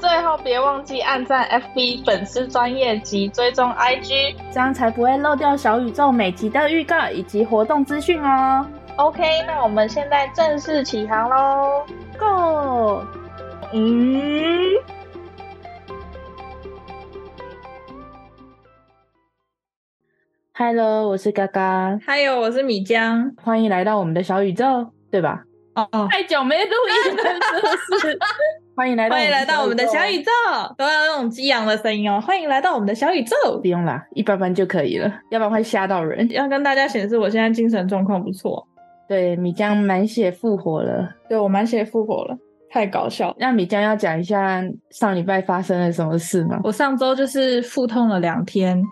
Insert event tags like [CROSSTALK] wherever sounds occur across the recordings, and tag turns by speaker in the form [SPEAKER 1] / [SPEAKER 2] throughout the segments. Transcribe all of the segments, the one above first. [SPEAKER 1] 最后别忘记按赞 FB 粉丝专业及追踪 IG。
[SPEAKER 2] 这样才不会漏掉小宇宙每集的预告以及活动资讯哦。
[SPEAKER 1] OK，那我们现在正式起航喽
[SPEAKER 2] ，Go！
[SPEAKER 1] 嗯，
[SPEAKER 2] Hello，我是嘎嘎，
[SPEAKER 1] 还有我是米江，
[SPEAKER 2] 欢迎来到我们的小宇宙，对吧？
[SPEAKER 1] 哦哦，
[SPEAKER 2] 太久没录音了，真是。 [LAUGHS] 欢迎来到
[SPEAKER 1] 欢迎来到我们的小宇
[SPEAKER 2] 宙，
[SPEAKER 1] 宙，都要那种激昂的声音哦。欢迎来到我们的小宇宙，
[SPEAKER 2] 不用啦，一般般就可以了，要不然会吓到人。
[SPEAKER 1] 要跟大家显示我现在精神状况不错，
[SPEAKER 2] 对，米江满血复活了。
[SPEAKER 1] 对我满血复活了，太搞笑了。
[SPEAKER 2] 那米江要讲一下上礼拜发生了什么事吗？
[SPEAKER 1] 我上周就是腹痛了两天，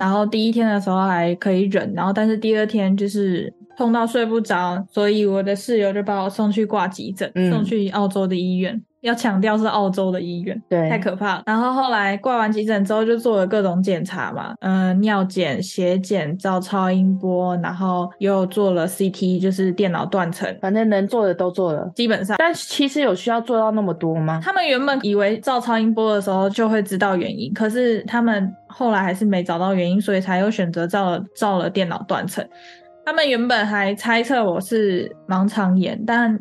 [SPEAKER 1] 然后第一天的时候还可以忍，然后但是第二天就是痛到睡不着，所以我的室友就把我送去挂急诊，
[SPEAKER 2] 嗯
[SPEAKER 1] 送去澳洲的医院。要强调是澳洲的医院，
[SPEAKER 2] 对，
[SPEAKER 1] 太可怕了。然后后来挂完急诊之后，就做了各种检查嘛，嗯、尿检、血检、照超音波，然后又做了 CT，就是电脑断层。
[SPEAKER 2] 反正能做的都做了，
[SPEAKER 1] 基本上，
[SPEAKER 2] 但其实有需要做到那么多吗？
[SPEAKER 1] 他们原本以为照超音波的时候就会知道原因，可是他们后来还是没找到原因，所以才又选择照了照了电脑断层。他们原本还猜测我是盲肠炎，但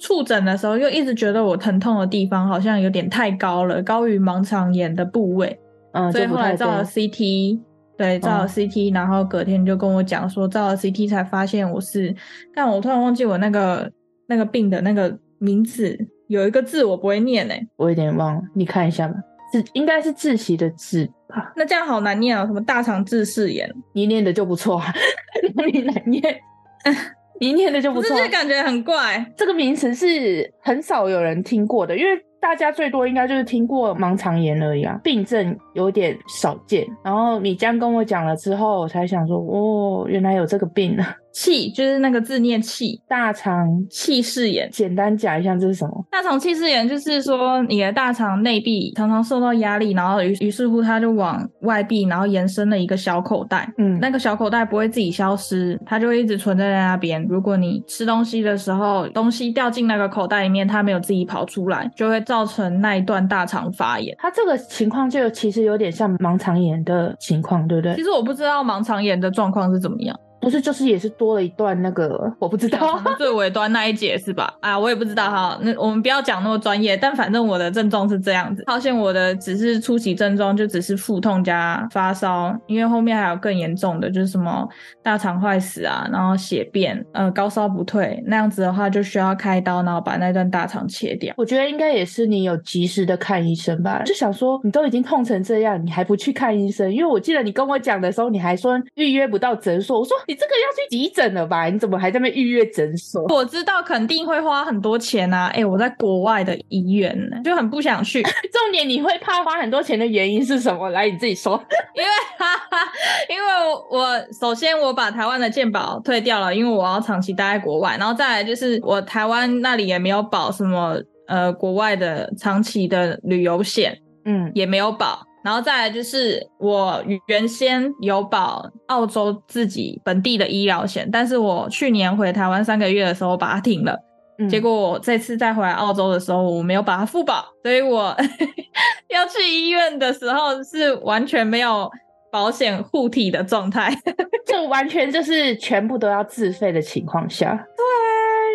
[SPEAKER 1] 触诊的时候又一直觉得我疼痛的地方好像有点太高了，高于盲肠炎的部位，
[SPEAKER 2] 嗯，
[SPEAKER 1] 所以
[SPEAKER 2] 就不
[SPEAKER 1] 后
[SPEAKER 2] 太
[SPEAKER 1] 来照了
[SPEAKER 2] 对
[SPEAKER 1] CT，对，照了
[SPEAKER 2] 嗯
[SPEAKER 1] CT，、然后隔天就跟我讲说，照了 CT 才发现我是，但我突然忘记我那个那个病的那个名字，有一个字我不会念哎、
[SPEAKER 2] 我有点忘了，你看一下吧。是应该是窒息的窒吧？
[SPEAKER 1] 那这样好难念哦，什么大肠治誓炎，
[SPEAKER 2] 你念的就不错、啊， [LAUGHS] 你难
[SPEAKER 1] [LAUGHS]
[SPEAKER 2] 念，你念的就不
[SPEAKER 1] 不是
[SPEAKER 2] 错啊、
[SPEAKER 1] 就感觉很怪，
[SPEAKER 2] 这个名词是很少有人听过的，因为大家最多应该就是听过盲肠炎而已啊，病症有点少见。然后米江跟我讲了之后，我才想说，哦，原来有这个病啊。
[SPEAKER 1] 气就是那个字念气，
[SPEAKER 2] 大肠，
[SPEAKER 1] 气誓炎。
[SPEAKER 2] 简单讲一下这是什么？
[SPEAKER 1] 大肠气室炎就是说，你的大肠内壁常常受到压力，然后于于是乎它就往外壁，然后延伸了一个小口袋。
[SPEAKER 2] 嗯，
[SPEAKER 1] 那个小口袋不会自己消失，它就会一直存在在那边。如果你吃东西的时候，东西掉进那个口袋里面，它没有自己跑出来，就会造成那一段大肠发炎。
[SPEAKER 2] 它这个情况就其实有点像盲肠炎的情况，对不对
[SPEAKER 1] 其？实我不知道盲肠炎的状况是怎么样，
[SPEAKER 2] 不是，就是也是多了一段那个，我不知
[SPEAKER 1] 小
[SPEAKER 2] 道
[SPEAKER 1] 肠。的最尾端那一节是吧？啊，我也不知道哈。那我们不要讲那么专业，但反正我的症状是这样子。发现我的只是初期症状，就只是腹痛加发烧，因为后面还有更严重的，就是什么大肠坏死啊，然后血便，呃，高烧不退，那样子的话就需要开刀，然后把那段大肠切掉。
[SPEAKER 2] [LAUGHS] 我觉得应该也是你有及时的看医生吧，就想说你都已经痛成这样，你还不去看医生？因为我记得你跟我讲的时候，你还说预约不到诊所，我说你这个要去急诊了吧？你怎么还在那边预约诊所？ [LAUGHS]
[SPEAKER 1] 我知道肯定会花很多钱啊！哎、我在国外的医院呢，就很不想去，
[SPEAKER 2] 重点你会怕花很多钱的原因是什么？来你自己说。
[SPEAKER 1] 因为哈哈， [LAUGHS] 因为我首先我把台湾的健保退掉了，因为我要长期待在国外，然后再来就是我台湾那里也没有保什么呃国外的长期的旅游险
[SPEAKER 2] 嗯，
[SPEAKER 1] 也没有保，然后再来就是我原先有保澳洲自己本地的医疗险，但是我去年回台湾三个月的时候把它停了。
[SPEAKER 2] 嗯
[SPEAKER 1] 结果我这次再回来澳洲的时候，我没有把它付保，所以我 [LAUGHS] 要去医院的时候是完全没有保险护体的状态。 [LAUGHS]
[SPEAKER 2] 这完全就是全部都要自费的情况下。 [LAUGHS]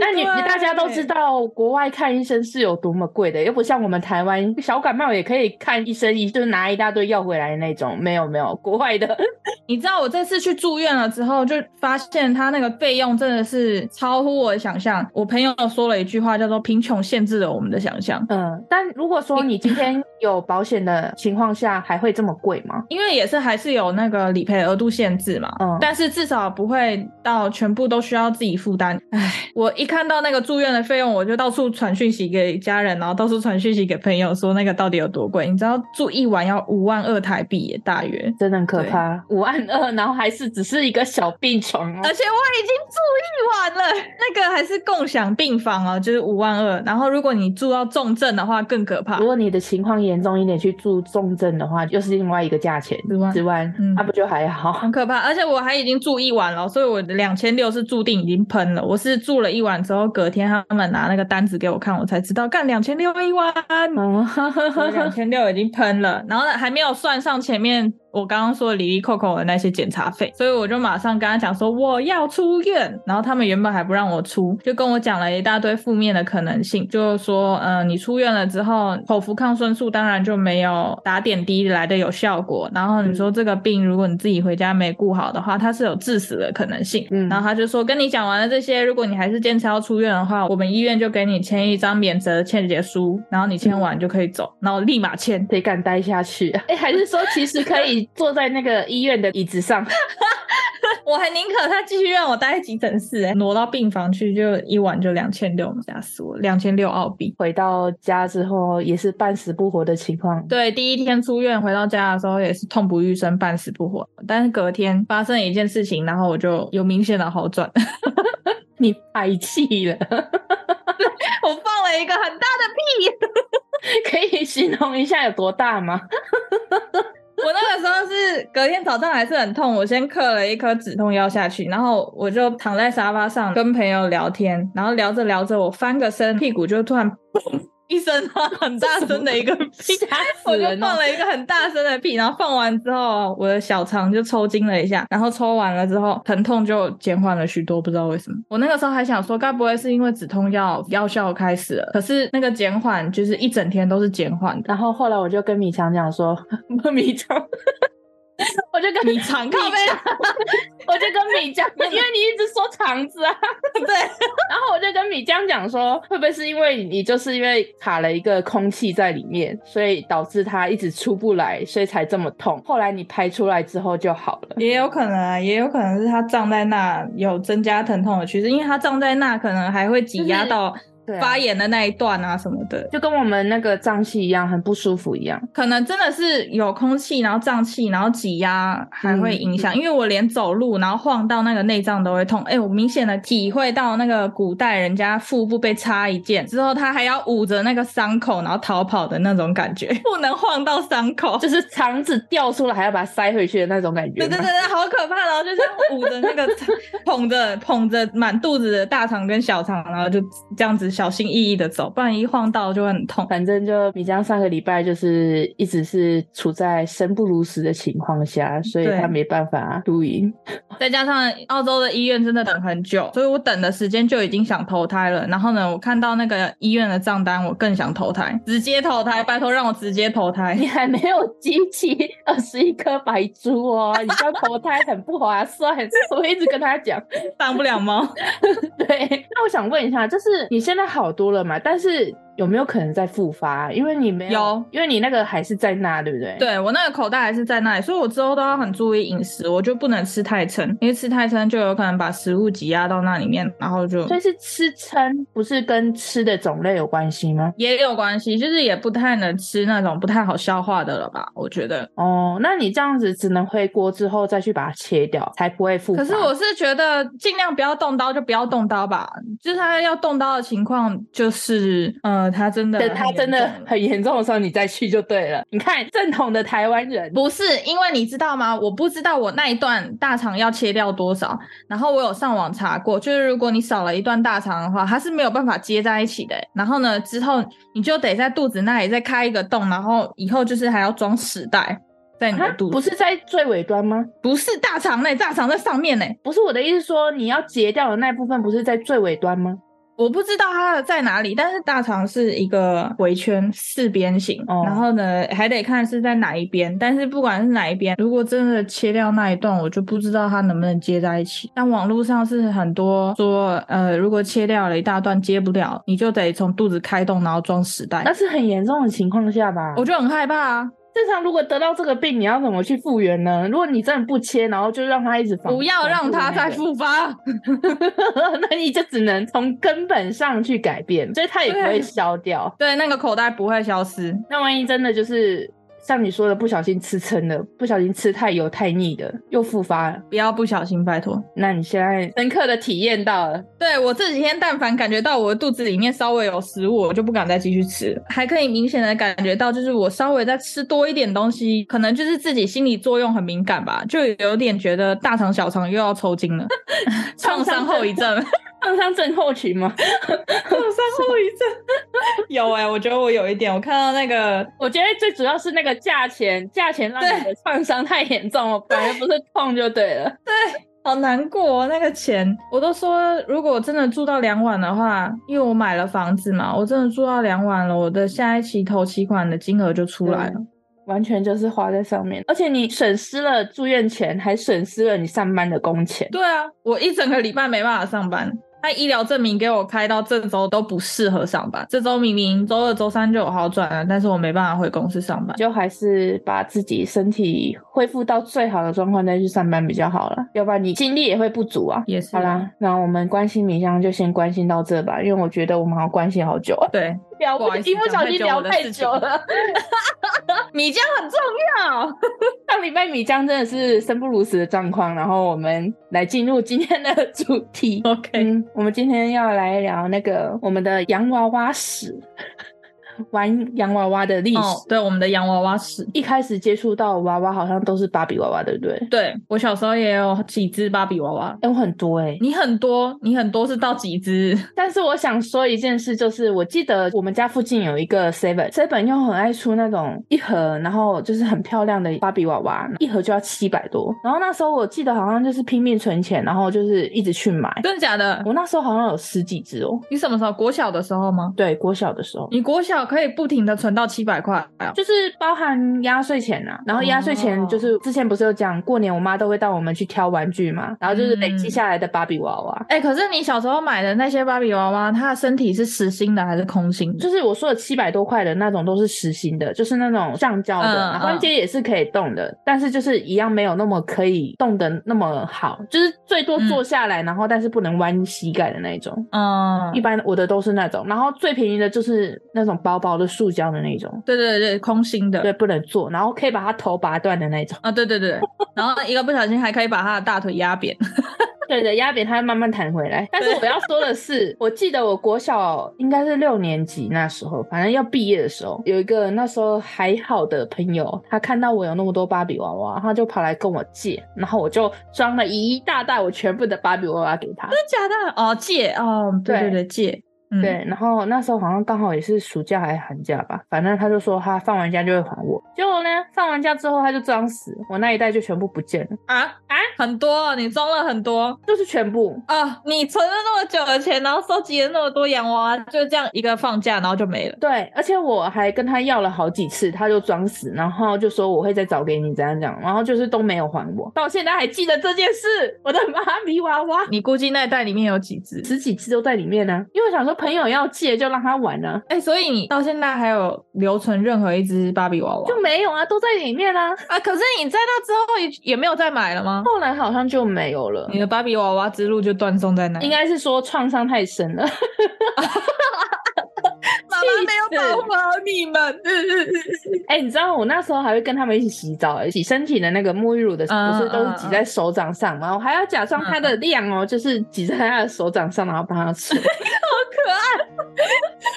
[SPEAKER 2] 那你
[SPEAKER 1] 对
[SPEAKER 2] 大家都知，道，国外看医生是有多么贵的，又不像我们台湾小感冒也可以看医生，一就是拿一大堆药回来那种。没有没有，国外的 [LAUGHS]
[SPEAKER 1] 你知道我这次去住院了之后，就发现他那个费用真的是超乎我的想象。我朋友说了一句话，叫做“贫穷限制了我们的想象
[SPEAKER 2] 嗯，但如果说你今天有保险的情况下，还会这么贵吗”，？
[SPEAKER 1] 因为也是还是有那个理赔额度限制嘛。
[SPEAKER 2] 嗯，
[SPEAKER 1] 但是至少不会到全部都需要自己负担。唉，我一看到那个住院的费用，我就到处传讯息给家人，然后到处传讯息给朋友，说那个到底有多贵？你知道住一晚要五万二台币耶，大约。
[SPEAKER 2] 真的很可怕，五万二，然后还是只是一个小病床哦。 [LAUGHS]
[SPEAKER 1] 而且我已经住一晚了，那个还是共享病房哦，就是五万二。然后如果你住到重症的话，更可怕
[SPEAKER 2] 如。果你的情况严重一点，去住重症的话，又是另外一个价钱，
[SPEAKER 1] 10万
[SPEAKER 2] 十万，
[SPEAKER 1] 嗯
[SPEAKER 2] 那、不就还好？ [LAUGHS]
[SPEAKER 1] 很可怕，而且我还已经住一晚了，所以我的两千六是注定已经喷了。我是住了一晚之后，隔天他们拿那个单子给我看，我才知道，干两千六一晚，
[SPEAKER 2] 嗯，
[SPEAKER 1] [LAUGHS] 两千六已经喷了，然后还没有算上前面我刚刚说的里里扣扣的那些检查费，所以我就马上跟他讲说我要出院，然后他们原本还不让我出，就跟我讲了一大堆负面的可能性，就说嗯、呃你出院了之后，口服抗生素当然就没有打点滴来的有效果，然后你说这个病如果你自己回家没顾好的话，它是有致死的可能性，
[SPEAKER 2] 嗯
[SPEAKER 1] 然后他就说跟你讲完了这些，如果你还是坚持要出院的话，我们医院就给你签一张免责欠结书，然后你签完就可以走，然后立马签。 [LAUGHS]
[SPEAKER 2] 谁敢待下去？ [LAUGHS] 哎，还是说其实可以坐在那个医院的椅子上？
[SPEAKER 1] 我还宁可他继续让我待在急诊室、欸，挪到病房去，就一晚就两千六，吓死我，两千六澳币。
[SPEAKER 2] 回到家之后也是半死不活的情况。
[SPEAKER 1] 对，第一天出院回到家的时候也是痛不欲生，半死不活。但是隔天发生了一件事情，然后我就有明显的好转。 [LAUGHS]
[SPEAKER 2] 你排气了， [LAUGHS]
[SPEAKER 1] 我放了一个很大的屁，
[SPEAKER 2] 可以形容一下有多大吗？
[SPEAKER 1] [LAUGHS] 我那个时候是隔天早上还是很痛，我先嗑了一颗止痛药下去，然后我就躺在沙发上跟朋友聊天，然后聊着聊着，我翻个身，屁股就突然砰一声， [LAUGHS] 然后很大声的一个屁，
[SPEAKER 2] [LAUGHS] 吓
[SPEAKER 1] 我
[SPEAKER 2] 死
[SPEAKER 1] 就
[SPEAKER 2] 人哦
[SPEAKER 1] 放
[SPEAKER 2] 了！
[SPEAKER 1] 了一个很大声的屁，然后放完之后，我的小肠就抽筋了一下，然后抽完了之后，疼痛就减缓了许多，不知道为什么。我那个时候还想说，该不会是因为止痛药药效开始了？可是那个减缓就是一整天都是减缓的。 [LAUGHS]
[SPEAKER 2] 然后后来我就跟米强讲说， [LAUGHS] 米强，我就跟
[SPEAKER 1] 你肠靠背，
[SPEAKER 2] 我就跟米江，因为你一直说肠子啊，
[SPEAKER 1] [LAUGHS] 对，
[SPEAKER 2] 然后我就跟米江讲说，会不会是因为你就是因为卡了一个空气在里面，所以导致它一直出不来，所以才这么痛。后来你排出来之后就好了。
[SPEAKER 1] [LAUGHS] 也有可能啊，也有可能是它胀在那有增加疼痛的趋势，因为它胀在那可能还会挤压到
[SPEAKER 2] 对啊
[SPEAKER 1] 发炎的那一段啊什么的，
[SPEAKER 2] 就跟我们那个胀气一样，很不舒服一样。
[SPEAKER 1] 可能真的是有空气，然后胀气，然后挤压还会影响。因为我连走路然后晃到那个内脏都会痛，哎，我明显的体会到那个古代人家腹部被插一剑之后，他还要捂着那个伤口然后逃跑的那种感觉， [LAUGHS] 不能晃到伤口。
[SPEAKER 2] 就是肠子掉出来还要把它塞回去的那种感觉
[SPEAKER 1] 对
[SPEAKER 2] 吗。
[SPEAKER 1] 对对对，好可怕！然后就这样捂着那个 [LAUGHS] 捧着捧着满肚子的大肠跟小肠，然后就这样子小心翼翼的走，不然一晃到就会很痛。
[SPEAKER 2] 反正就米江上个礼拜就是一直是处在生不如死的情况下，所以
[SPEAKER 1] 对
[SPEAKER 2] 他没办法录音。 [LAUGHS]
[SPEAKER 1] 再加上澳洲的医院真的等很久，所以我等的时间就已经想投胎了。然后呢，我看到那个医院的账单，我更想投胎，直接投胎，拜托让我直接投胎。 [LAUGHS]
[SPEAKER 2] 你还没有集齐二十一颗白珠哦，你这样投胎很不划算。 [LAUGHS] 我一直跟他讲，
[SPEAKER 1] 当不了猫。
[SPEAKER 2] 对。那我想问一下，就是你现在好多了嘛？但是有没有可能再复发？啊因为你没有，
[SPEAKER 1] 有
[SPEAKER 2] 因为你那个还是在那，对不对？。
[SPEAKER 1] 对我那个口袋还是在那里，所以我之后都要很注意饮食，我就不能吃太撑，因为吃太撑就有可能把食物挤压到那里面，然后就
[SPEAKER 2] 所以是吃撑，不是跟吃的种类有关系吗？
[SPEAKER 1] 也有关系，就是也不太能吃那种不太好消化的了吧？我觉得。
[SPEAKER 2] 哦，那你这样子只能回锅之后再去把它切掉，才不会复发。
[SPEAKER 1] 可是我是觉得尽量不要动刀，就不要动刀吧。就是他要动刀的情况，就是呃，他真的
[SPEAKER 2] 等它
[SPEAKER 1] 很严
[SPEAKER 2] 真的
[SPEAKER 1] 重了
[SPEAKER 2] 很严重的时候，你再去就对了。你看正统的台湾人，
[SPEAKER 1] 不是，因为你知道吗？我不知道我那一段大肠要切掉多少，然后我有上网查过，就是如果你少了一段大肠的话，它是没有办法接在一起的欸。然后呢，之后你就得在肚子那里再开一个洞，然后以后就是还要装屎袋在你
[SPEAKER 2] 它
[SPEAKER 1] 的啊肚子，
[SPEAKER 2] 不是在最尾端吗？
[SPEAKER 1] 不是大肠内，大肠在上面呢。
[SPEAKER 2] 不是我的意思说，你要截掉的那部分不是在最尾端吗？
[SPEAKER 1] 我不知道它在哪里，但是大肠是一个回圈四边形，
[SPEAKER 2] 哦
[SPEAKER 1] 然后呢还得看是在哪一边。但是不管是哪一边，如果真的切掉那一段，我就不知道它能不能接在一起。但网络上是很多说，呃，如果切掉了一大段接不了，你就得从肚子开洞，然后装屎袋
[SPEAKER 2] 那。是很严重的情况下吧？
[SPEAKER 1] 我就很害怕啊！
[SPEAKER 2] 正常如果得到这个病，你要怎么去复原呢？如果你真的不切，然后就让它一直反
[SPEAKER 1] 不要让它再，复发。
[SPEAKER 2] 反复那个 [LAUGHS] 那你就只能从根本上去改变，所以它也不会
[SPEAKER 1] 对
[SPEAKER 2] 消掉。
[SPEAKER 1] 对，那个口袋不会消失。
[SPEAKER 2] 那万一真的就是像你说的，不小心吃撑了，不小心吃太油太腻的，又复发了，
[SPEAKER 1] 不要不小心，拜托。
[SPEAKER 2] 那你现在深刻的体验到了。
[SPEAKER 1] 对我这几天，但凡感觉到我的肚子里面稍微有食物，我就不敢再继续吃。还可以明显的感觉到，就是我稍微再吃多一点东西，可能就是自己心理作用很敏感吧，就有点觉得大肠小肠又要抽筋 [LAUGHS] 了，创伤后遗症， [LAUGHS]
[SPEAKER 2] 创伤症候群吗？ [LAUGHS]
[SPEAKER 1] 创伤后遗症 [LAUGHS] 有哎、我觉得我有一点，我看到那个
[SPEAKER 2] 我觉得最主要是那个价钱，价钱让你的创伤太严重了，反而不是痛就对了。
[SPEAKER 1] 好难过、哦，那个钱，我都说，如果真的住到两晚的话，因为我买了房子嘛，我真的住到两晚了，我的下一期头期款的金额就出来了。
[SPEAKER 2] 完全就是花在上面，而且你损失了住院钱，还损失了你上班的工钱。
[SPEAKER 1] 对啊，我一整个礼拜没办法上班。他医疗证明给我开到这周都不适合上班，这周明明周二、周三就有好转了，但是我没办法回公司上班。
[SPEAKER 2] 就还是把自己身体恢复到最好的状况再去上班比较好了，要不然你精力也会不足啊。
[SPEAKER 1] 也是
[SPEAKER 2] 好，啦，那我们关心米香就先关心到这吧，因为我觉得我们好像关心好久，
[SPEAKER 1] 对，
[SPEAKER 2] 聊
[SPEAKER 1] 不好意思
[SPEAKER 2] 一不小心聊
[SPEAKER 1] 讲太
[SPEAKER 2] 太
[SPEAKER 1] 久
[SPEAKER 2] 久
[SPEAKER 1] 我
[SPEAKER 2] 了。
[SPEAKER 1] 米浆很重要。 [LAUGHS]
[SPEAKER 2] 上礼拜米江真的是生不如死的状况，然后我们来进入今天的主题。
[SPEAKER 1] OK，
[SPEAKER 2] 嗯，我们今天要来聊那个我们的洋娃娃史，玩洋娃娃的历史。
[SPEAKER 1] 哦，对，我们的洋娃娃史。
[SPEAKER 2] 一开始接触到娃娃好像都是芭比娃娃，对不对？
[SPEAKER 1] 对我小时候也有几只芭比娃娃，
[SPEAKER 2] 哎、我很多哎、
[SPEAKER 1] 你很多，你很多是到几只？
[SPEAKER 2] 但是我想说一件事，就是我记得我们家附近有一个 Seven，Seven 又很爱出那种一盒，然后就是很漂亮的芭比娃娃，一盒就要七百多。然后那时候我记得好像就是拼命存钱，然后就是一直去买。
[SPEAKER 1] 真的假的？
[SPEAKER 2] 我那时候好像有十几只哦。
[SPEAKER 1] 你什么时候？国小的时候吗？
[SPEAKER 2] 对，国小的时候，
[SPEAKER 1] 你国小可以不停的存到七百块啊？
[SPEAKER 2] 就是包含压岁钱呐、啊。然后压岁钱
[SPEAKER 1] 哦
[SPEAKER 2] 就是之前不是有讲，过年我妈都会带我们去挑玩具嘛，然后就是累积
[SPEAKER 1] 嗯
[SPEAKER 2] 下来的芭比娃娃。
[SPEAKER 1] 哎、可是你小时候买的那些芭比娃娃，它的身体是实心的还是空心的？
[SPEAKER 2] 就是我说的七百多块的那种，都是实心的，就是那种橡胶的，
[SPEAKER 1] 嗯
[SPEAKER 2] 然后关
[SPEAKER 1] 嗯
[SPEAKER 2] 节也是可以动的，但是就是一样没有那么可以动的那么好，就是最多坐下来，然后但是不能弯膝盖的那种。
[SPEAKER 1] 嗯
[SPEAKER 2] 一，般我的都是那种，然后最便宜的就是那种薄薄的塑胶的那种，
[SPEAKER 1] 对对对，空心的。
[SPEAKER 2] 对，不能坐，然后可以把它头拔断的那种。
[SPEAKER 1] 啊，对对对，然后一个不小心还可以把他的大腿压扁。 [LAUGHS]
[SPEAKER 2] 对的，压扁它会慢慢弹回来。但是我要说的是，我记得我国小应该是六年级那时候，反正要毕业的时候，有一个那时候还好的朋友，他看到我有那么多芭比娃娃，他就跑来跟我借，然后我就装了一大袋我全部的芭比娃娃给他。
[SPEAKER 1] 真假的？哦，借哦，对对对，借。嗯，
[SPEAKER 2] 对，然后那时候好像刚好也是暑假还是寒假吧，反正他就说他放完假就会还我。结果呢，放完假之后他就装死，我那一袋就全部不见了，
[SPEAKER 1] 啊
[SPEAKER 2] 啊
[SPEAKER 1] 啊，很多，你装了很多
[SPEAKER 2] 就是全部。
[SPEAKER 1] 啊！你存了那么久的钱，然后收集了那么多洋娃娃，就这样一个放假，然后就没了。
[SPEAKER 2] 对，而且我还跟他要了好几次，他就装死，然后就说我会再找给你，怎样怎样，然后就是都没有还我，到现在还记得这件事，我的妈咪娃娃。
[SPEAKER 1] 你估计那袋里面有几只？
[SPEAKER 2] 十几只都在里面呢、因为我想说朋友要借就让他玩啊呢、
[SPEAKER 1] 哎、所以你到现在还有留存任何一只芭比娃娃？
[SPEAKER 2] 就没有啊，都在里面啊。
[SPEAKER 1] 啊，可是你在那之后也也没有再买了吗？
[SPEAKER 2] 后来好像就没有了
[SPEAKER 1] 你，的芭比娃娃之路就断送在那，
[SPEAKER 2] 应该是说创伤太深了。 [LAUGHS]
[SPEAKER 1] 妈
[SPEAKER 2] 气死
[SPEAKER 1] 护好你们。 [LAUGHS]
[SPEAKER 2] 哎、你知道我那时候还会跟他们一起洗澡、哎洗身体的那个沐浴乳的，
[SPEAKER 1] 嗯
[SPEAKER 2] 不是都是
[SPEAKER 1] 嗯
[SPEAKER 2] 挤
[SPEAKER 1] 嗯
[SPEAKER 2] 在手掌上吗？我还要假装它的量哦，就是挤在他的手掌上，然后帮他吹。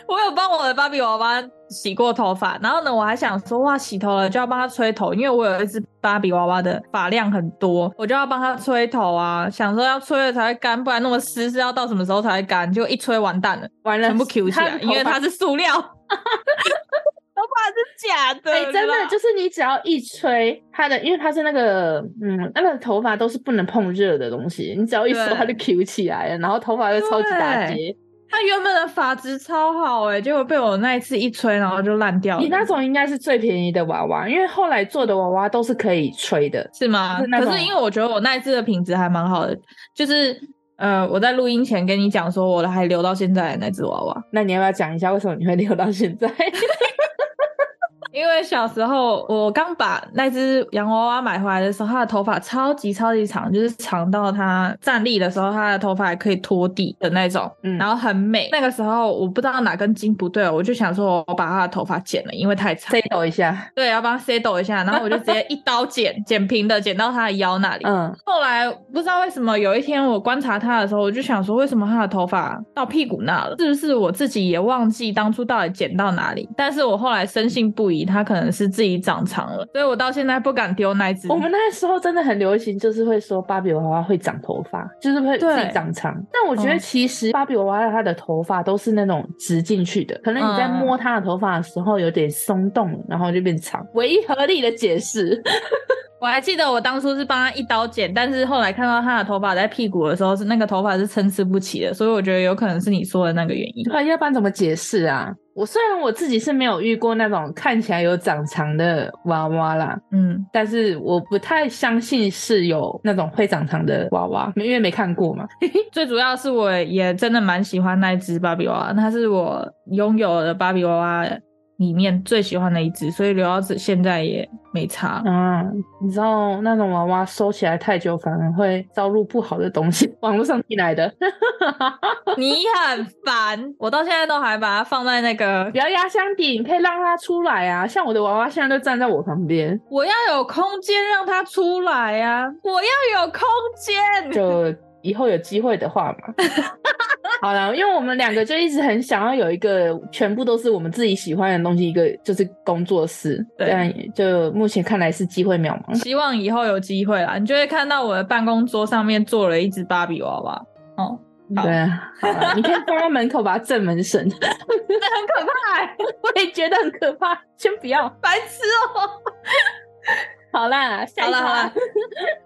[SPEAKER 1] 我有帮我的芭比娃娃洗过头发，然后呢，我还想说哇，洗头了就要帮她吹头，因为我有一只芭比娃娃的发量很多，我就要帮她吹头啊，想说要吹了才会干，不然那么湿是要到什么时候才会干？结果一吹完 [LAUGHS] 蛋了，
[SPEAKER 2] [LAUGHS] 完了，
[SPEAKER 1] 全部 Q 起
[SPEAKER 2] 他
[SPEAKER 1] 来，
[SPEAKER 2] 的
[SPEAKER 1] 因为
[SPEAKER 2] 头发
[SPEAKER 1] 它是塑料，头发是假的啦，
[SPEAKER 2] [LAUGHS] 哎、真的就是你只要一吹它的，因为它是那个嗯，那个头发都是不能碰热的东西，你只要一收
[SPEAKER 1] 对
[SPEAKER 2] 它就 Q 起来了，然后头发就超级打
[SPEAKER 1] 对
[SPEAKER 2] 结。
[SPEAKER 1] 它原本的发质超好哎、结果被我那一次一吹，然后就烂掉了。
[SPEAKER 2] 你那种应该是最便宜的娃娃，因为后来做的娃娃都是可以吹的。
[SPEAKER 1] 是吗？
[SPEAKER 2] 是那
[SPEAKER 1] 可
[SPEAKER 2] 种
[SPEAKER 1] 是因为我觉得我那一次的品质还蛮好的，就是呃，我在录音前跟你讲说，我还留到现在的那只娃娃，
[SPEAKER 2] 那你要不要讲一下为什么你会留到现在？ [LAUGHS]
[SPEAKER 1] 因为小时候我刚把那只洋娃娃买回来的时候，它的头发超级超级长，就是长到它站立的时候，它的头发还可以拖地的那种，
[SPEAKER 2] 嗯
[SPEAKER 1] 然后很美。那个时候我不知道哪根筋不对，哦我就想说我把它的头发剪了，因为太长
[SPEAKER 2] 再，抖一下，
[SPEAKER 1] 对，要帮它 set 抖一下，然后我就直接一刀剪，剪平的，剪到它的腰
[SPEAKER 2] [LAUGHS]
[SPEAKER 1] 那里。
[SPEAKER 2] 嗯，
[SPEAKER 1] 后来不知道为什么，有一天我观察他的时候，我就想说，为什么他的头发到屁股那了？是不是我自己也忘记当初到底剪到哪里？但是我后来深信不疑，他可能是自己长长了，所以我到现在不敢丢那一只。
[SPEAKER 2] 我们那时候真的很流行，就是会说芭比娃娃会长头发，就是会自
[SPEAKER 1] 对
[SPEAKER 2] 己长长。但我觉得
[SPEAKER 1] 嗯
[SPEAKER 2] 其实芭比娃娃它的头发都是那种直进去的，可能你在
[SPEAKER 1] 嗯
[SPEAKER 2] 摸它的头发的时候有点松动，然后就变长。唯一合理的解释，
[SPEAKER 1] 我还记得我当初是帮他一刀剪，但是后来看到他的头发在屁股的时候，是那个头发是参差不齐的，所以我觉得有可能是你说的那个原因。
[SPEAKER 2] 对，要不然怎么解释啊？我虽然我自己是没有遇过那种看起来有长长的娃娃啦，
[SPEAKER 1] 嗯，
[SPEAKER 2] 但是我不太相信是有那种会长长的娃娃，因为没看过嘛。
[SPEAKER 1] 最主要是我也真的蛮喜欢那一只芭比娃娃，它是我拥有的芭比娃娃里面最喜欢的一只，所以留到现在也没
[SPEAKER 2] [LAUGHS]
[SPEAKER 1] 差。
[SPEAKER 2] 啊，你知道那种娃娃收起来太久，反而会招入不好的东西， [LAUGHS] 网络上进来的。
[SPEAKER 1] 你很烦，我到现在都还把它放在那个
[SPEAKER 2] 不，要压箱底，你可以让它出来啊。像我的娃娃现在都站在我旁边，
[SPEAKER 1] 我要有空间让它出来啊！我要有空间。 [LAUGHS]
[SPEAKER 2] 就以后有机会的话嘛。 [LAUGHS] 好了，因为我们两个就一直很想要有一个全部都是我们自己喜欢的东西，一个就是工作室，
[SPEAKER 1] 对
[SPEAKER 2] 但就目前看来是机会渺茫。
[SPEAKER 1] 希望以后有机会啦，你就会看到我的办公桌上面坐了一只芭比娃娃，哦，好
[SPEAKER 2] 对啊，好啦你可以放到门口把它正门神，
[SPEAKER 1] [LAUGHS] 这很可怕、欸，
[SPEAKER 2] [LAUGHS] 我也觉得很可怕，先不要。
[SPEAKER 1] 白痴哦、
[SPEAKER 2] 好啦，下
[SPEAKER 1] 好
[SPEAKER 2] 一啊
[SPEAKER 1] 了好了
[SPEAKER 2] [LAUGHS] 啦，，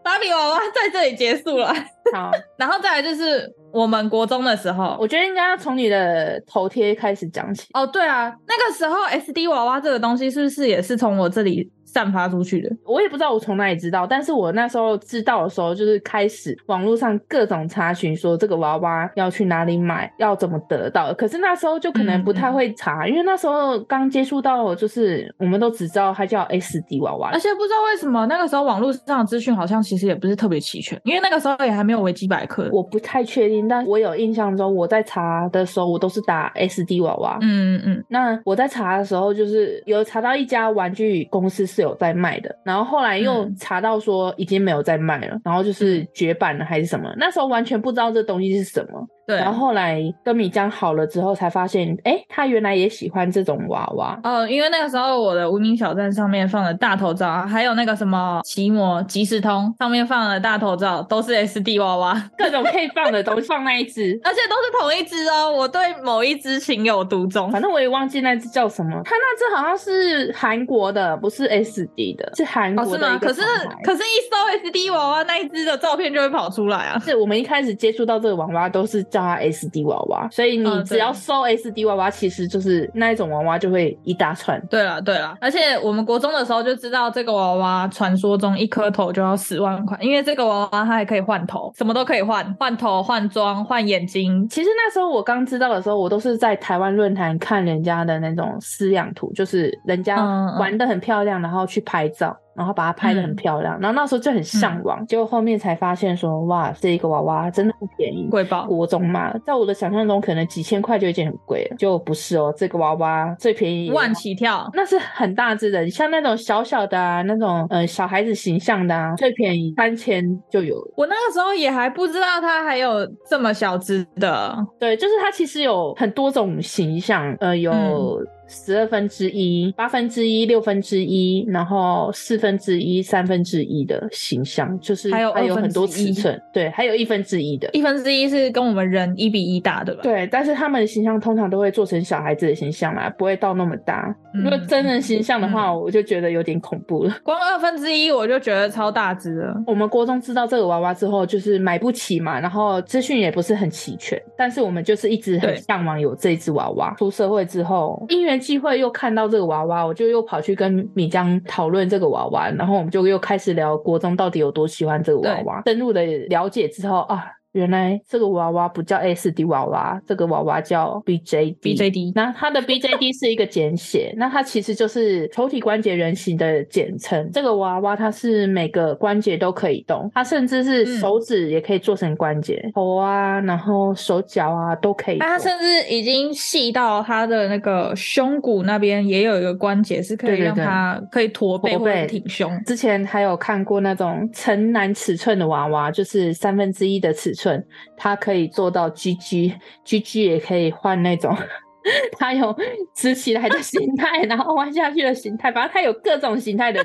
[SPEAKER 1] 芭比娃娃在这里结束了。
[SPEAKER 2] 好。
[SPEAKER 1] 然后再来就是我们国中的时候，
[SPEAKER 2] 我觉得应该要从你的头贴开始讲起。
[SPEAKER 1] 哦对啊，那个时候 SD 娃娃这个东西是不是也是从我这里散发出去的？
[SPEAKER 2] 我也不知道我从哪里知道，但是我那时候知道的时候，就是开始网络上各种查询，说这个娃娃要去哪里买，要怎么得到。可是那时候就可能不太会查，因为那时候刚接触到，就是我们都只知道它叫 SD 娃娃
[SPEAKER 1] 而。且不知道为什么那个时候网络上的资讯好像其实也不是特别齐全，因为那个时候也还没有维基百科。
[SPEAKER 2] 我不太确定，但我有印象中，我在查的时候，我都是打 SD 娃娃。
[SPEAKER 1] 嗯嗯嗯，
[SPEAKER 2] 那我在查的时候，就是有查到一家玩具公司是有在卖的，然后后来又
[SPEAKER 1] 嗯
[SPEAKER 2] 查到说已经没有在卖了，然后就是绝版了还是什么，那时候完全不知道这东西是什么。
[SPEAKER 1] 对。
[SPEAKER 2] 然后后来跟米江好了之后，才发现，哎，他原来也喜欢这种娃娃。
[SPEAKER 1] 哦，因为那个时候我的无名小站上面放了大头照，啊还有那个什么奇摩即时通上面放了大头照，都是 SD 娃娃。
[SPEAKER 2] 各种可以放的东西 [LAUGHS] 放那一只，
[SPEAKER 1] 而且都是同一只哦，我对某一只情有独钟。
[SPEAKER 2] 反正我也忘记那只叫什么。他那只好像是韩国的，不是 SD 的，是韩
[SPEAKER 1] 哦，
[SPEAKER 2] 国
[SPEAKER 1] 是
[SPEAKER 2] 的
[SPEAKER 1] 吗
[SPEAKER 2] 一？个
[SPEAKER 1] 可是
[SPEAKER 2] 品牌
[SPEAKER 1] 可是，一搜 SD 娃娃那一只的照片就会跑出来啊。
[SPEAKER 2] 是我们一开始接触到这个娃娃都是叫它 SD 娃娃，所以你
[SPEAKER 1] 嗯
[SPEAKER 2] 只要
[SPEAKER 1] 对
[SPEAKER 2] 搜 SD 娃娃，其实就是那一种娃娃就会一大串。
[SPEAKER 1] 对了对了，而且我们国中的时候就知道这个娃娃传说中一颗头就要十万块，因为这个娃娃它还可以换头，什么都可以换，换头、换装、换眼睛。
[SPEAKER 2] 其实那时候我刚知道的时候，我都是在台湾论坛看人家的那种饲养图，就是人家
[SPEAKER 1] 嗯嗯
[SPEAKER 2] 玩的很漂亮，然后去拍照，然后把它拍的很
[SPEAKER 1] 嗯
[SPEAKER 2] 漂亮，然后那时候就很向往，结果后面才发现说，哇，这一个娃娃真的不便宜。
[SPEAKER 1] 贵爆！
[SPEAKER 2] 国中嘛，在我的想象中，可能几千块就已经很贵了，就不是哦。这个娃娃最便宜也
[SPEAKER 1] 万起跳，
[SPEAKER 2] 那是很大只的，像那种小小的啊，那种呃小孩子形象的啊，最便宜三千就有了。
[SPEAKER 1] 我那个时候也还不知道它还有这么小只的，
[SPEAKER 2] 对，就是它其实有很多种形象，呃，有
[SPEAKER 1] 嗯
[SPEAKER 2] 十二分之一、八分之一、六分之一，然后四分之一、三分之一的形象，就是
[SPEAKER 1] 还有
[SPEAKER 2] 它有很多尺
[SPEAKER 1] 1/2
[SPEAKER 2] 寸，对，还有一分之一的。
[SPEAKER 1] 一分之一是跟我们人一比一大，对吧？
[SPEAKER 2] 对，但是他们的形象通常都会做成小孩子的形象啦，不会到那么大。
[SPEAKER 1] 嗯
[SPEAKER 2] 如果真人形象的话，
[SPEAKER 1] 嗯
[SPEAKER 2] 我就觉得有点恐怖了。
[SPEAKER 1] 光二分之一我就觉得超大只了。
[SPEAKER 2] 我们国中知道这个娃娃之后，就是买不起嘛，然后资讯也不是很齐全，但是我们就是一直很
[SPEAKER 1] 对
[SPEAKER 2] 向往有这只娃娃。出社会之后，因缘际会又看到这个娃娃，我就又跑去跟米江讨论这个娃娃，然后我们就又开始聊国中到底有多喜欢这个娃娃。深入的了解之后啊。原来这个娃娃不叫 S D 娃娃，这个娃娃叫 B J D。
[SPEAKER 1] BJD
[SPEAKER 2] 那它
[SPEAKER 1] [LAUGHS]
[SPEAKER 2] 的 BJD 是一个简写，那它其实就是抽体关节人形的简称。这个娃娃它是每个关节都可以动，它甚至是
[SPEAKER 1] 嗯
[SPEAKER 2] 手指也可以做成关节，头啊，然后手脚啊都可以做。
[SPEAKER 1] 它甚至已经细到它的那个胸骨那边也有一个关节是可
[SPEAKER 2] 对
[SPEAKER 1] 以
[SPEAKER 2] 对
[SPEAKER 1] 让
[SPEAKER 2] 对
[SPEAKER 1] 它可以驼背
[SPEAKER 2] 驼
[SPEAKER 1] 或者
[SPEAKER 2] 背
[SPEAKER 1] 挺胸。
[SPEAKER 2] 之前还有看过那种城南尺寸的娃娃，就是三分之一的尺寸，它可以做到 GG，GG 也可以换那种， [LAUGHS] 它有直起来的形态，然后弯下去的形态，反正它有各种形态的。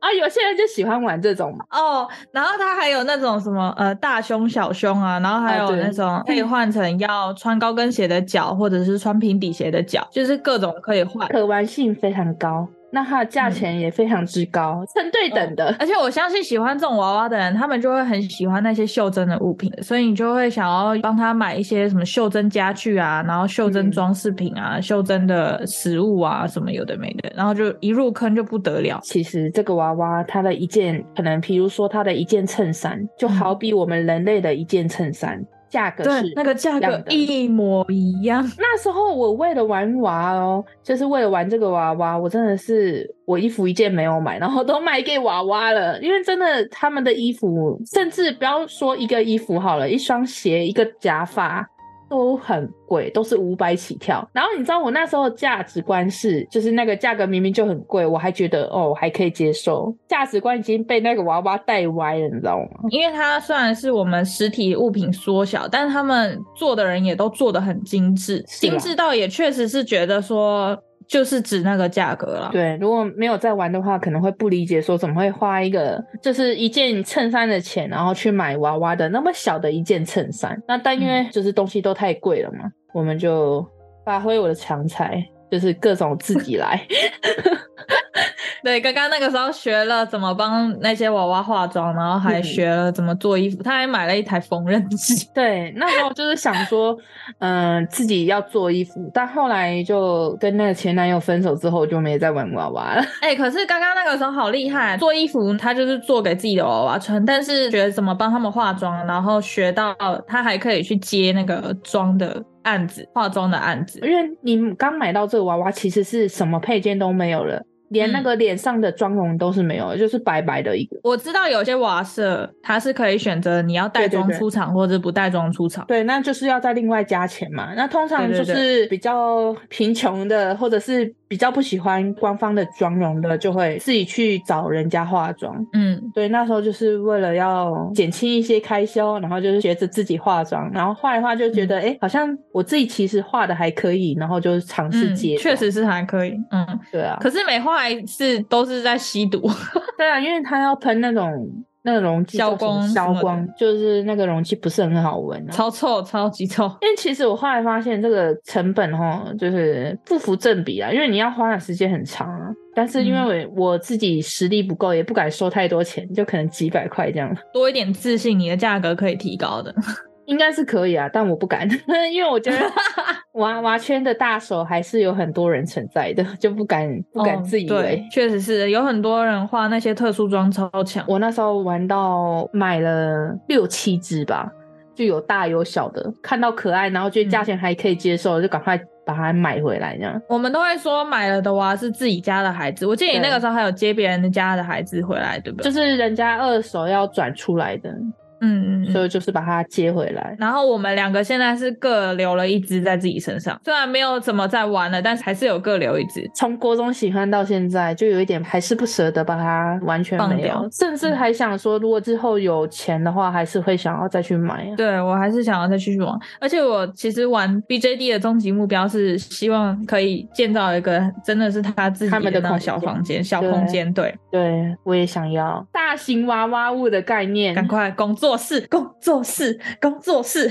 [SPEAKER 2] 啊，有些人就喜欢玩这种嘛，
[SPEAKER 1] 哦，然后它还有那种什么呃大胸小胸啊，然后还
[SPEAKER 2] 啊
[SPEAKER 1] 有
[SPEAKER 2] 对
[SPEAKER 1] 那
[SPEAKER 2] [LAUGHS]
[SPEAKER 1] 种可以换成要穿高跟鞋的脚，或者是穿平底鞋的脚，就是各种可以换。
[SPEAKER 2] 可玩性非常高，那它的价钱也非常之高，成对等的。
[SPEAKER 1] 而且我相信喜欢这种娃娃的人，他们就会很喜欢那些袖珍的物品，所以你就会想要帮他买一些什么袖珍家具啊，然后袖珍
[SPEAKER 2] 嗯
[SPEAKER 1] 装饰品啊、袖珍的食物啊，什么有的没的，然后就一入坑就不得了。
[SPEAKER 2] 其实这个娃娃，它的一件可能，比如说它的一件衬衫，就好比我们人类的一件衬衫，价格
[SPEAKER 1] 对
[SPEAKER 2] 是，
[SPEAKER 1] 那个价
[SPEAKER 2] 一样
[SPEAKER 1] 格
[SPEAKER 2] 的
[SPEAKER 1] 一模一样。
[SPEAKER 2] 那时候我为了玩娃哦，就是为了玩这个娃娃，我真的是我衣服一件没有买，然后都买给娃娃了。因为真的他们的衣服，甚至不要说一个衣服好了，一双鞋、一个假发都很贵，都是五百起跳。然后你知道我那时候的价值观是，就是那个价格明明就很贵，我还觉得哦我还可以接受，价值观已经被那个娃娃带歪了，你知道吗？
[SPEAKER 1] 因为它虽然是我们实体物品缩小，但他们做的人也都做的很精致，
[SPEAKER 2] 是啊
[SPEAKER 1] 精致到也确实是觉得说就是指那个价格了。
[SPEAKER 2] 对，如果没有在玩的话，可能会不理解说怎么会花一个就是一件衬衫的钱，然后去买娃娃的那么小的一件衬衫。那但因为就是东西都太贵了嘛，我们就发挥我的长才，就是各种自己来。 [LAUGHS]
[SPEAKER 1] 对，刚刚那个时候学了怎么帮那些娃娃化妆，然后还
[SPEAKER 2] 嗯
[SPEAKER 1] 学了怎么做衣服，他还买了一台缝纫机。 [LAUGHS]
[SPEAKER 2] 对，那时候就是想说，嗯、自己要做衣服，但后来就跟那个前男友分手之后，就没再玩娃娃了。 [LAUGHS]
[SPEAKER 1] 哎、可是刚刚那个时候好厉害，做衣服他就是做给自己的娃娃穿，但是学怎么帮他们化妆，然后学到他还可以去接那个妆的案子，化妆的案子。
[SPEAKER 2] 因为你刚买到这个娃娃，其实是什么配件都没有了，连那
[SPEAKER 1] 嗯
[SPEAKER 2] 个脸上的妆容都是没有的，就是白白的一个。
[SPEAKER 1] 我知道有些瓦舍它是可以选择你要带
[SPEAKER 2] 对对
[SPEAKER 1] 妆
[SPEAKER 2] 对
[SPEAKER 1] 出场或者不带妆出场。
[SPEAKER 2] 对，那就是要再另外加钱嘛。那通常
[SPEAKER 1] 对对
[SPEAKER 2] 就
[SPEAKER 1] 对
[SPEAKER 2] 是比较贫穷的，或者是比较不喜欢官方的妆容的，就会自己去找人家化妆。
[SPEAKER 1] 嗯，
[SPEAKER 2] 对，那时候就是为了要减轻一些开销，然后就是学着自己化妆，然后画一画就觉得，
[SPEAKER 1] 嗯
[SPEAKER 2] 哎、好像我自己其实画的还可以，然后就尝试
[SPEAKER 1] 嗯
[SPEAKER 2] 接、
[SPEAKER 1] 确，实是还可以。嗯，
[SPEAKER 2] 对啊，
[SPEAKER 1] 可是每画一次都是在吸毒。
[SPEAKER 2] 对啊，因为它要喷那种那个容器
[SPEAKER 1] 消
[SPEAKER 2] 叫什么
[SPEAKER 1] 光什
[SPEAKER 2] 消
[SPEAKER 1] 么的
[SPEAKER 2] 光，就是那个容器不是很好闻、
[SPEAKER 1] [LAUGHS]
[SPEAKER 2] 啊，
[SPEAKER 1] 超臭，超级臭。
[SPEAKER 2] 因为其实我后来发现这个成本哈，就是不符正比啊，因为你要花的时间很长啊。但是因为我我自己实力不够，也不敢收太多钱，就可能几百块这样，
[SPEAKER 1] 多一点自信，你的价格可以提高的。
[SPEAKER 2] 应该是可以啊，但我不敢， [LAUGHS] 因为我觉得娃娃圈的大手还是有很多人存在的，就不敢不敢
[SPEAKER 1] 嗯
[SPEAKER 2] 自以为
[SPEAKER 1] 对。，确实是有很多人画那些特殊妆超强。
[SPEAKER 2] 我那时候玩到买了六七只吧，就有大有小的，看到可爱，然后觉得价钱还可以接受，就赶快把它买回来这样。
[SPEAKER 1] 我们都会说买了的娃是自己家的孩子，我记得你
[SPEAKER 2] 对
[SPEAKER 1] 那个时候还有接别人家的孩子回来，对不对？
[SPEAKER 2] 就是人家二手要转出来的，
[SPEAKER 1] 嗯嗯
[SPEAKER 2] 所
[SPEAKER 1] 嗯。
[SPEAKER 2] 以就是把它接回来。
[SPEAKER 1] 然后我们两个现在是各留了一只在自己身上，虽然没有怎么在玩了，但是还是有各留一只。
[SPEAKER 2] 从国中喜欢到现在，就有一点还是不舍得把它完全
[SPEAKER 1] 放
[SPEAKER 2] 没
[SPEAKER 1] 掉
[SPEAKER 2] 有，甚至还想说，如果之后有钱的话，还是会想要再去买啊。
[SPEAKER 1] 对我还是想要再继续玩，而且我其实玩 BJD 的终极目标是希望可以建造一个真的是他自己
[SPEAKER 2] 他们的
[SPEAKER 1] 那种
[SPEAKER 2] 空
[SPEAKER 1] 小
[SPEAKER 2] 间
[SPEAKER 1] 房间、小
[SPEAKER 2] 对
[SPEAKER 1] 空间，对，
[SPEAKER 2] 对，我也想要大型娃娃屋的概念，
[SPEAKER 1] 赶快工作室、工作室、工作室。 [LAUGHS]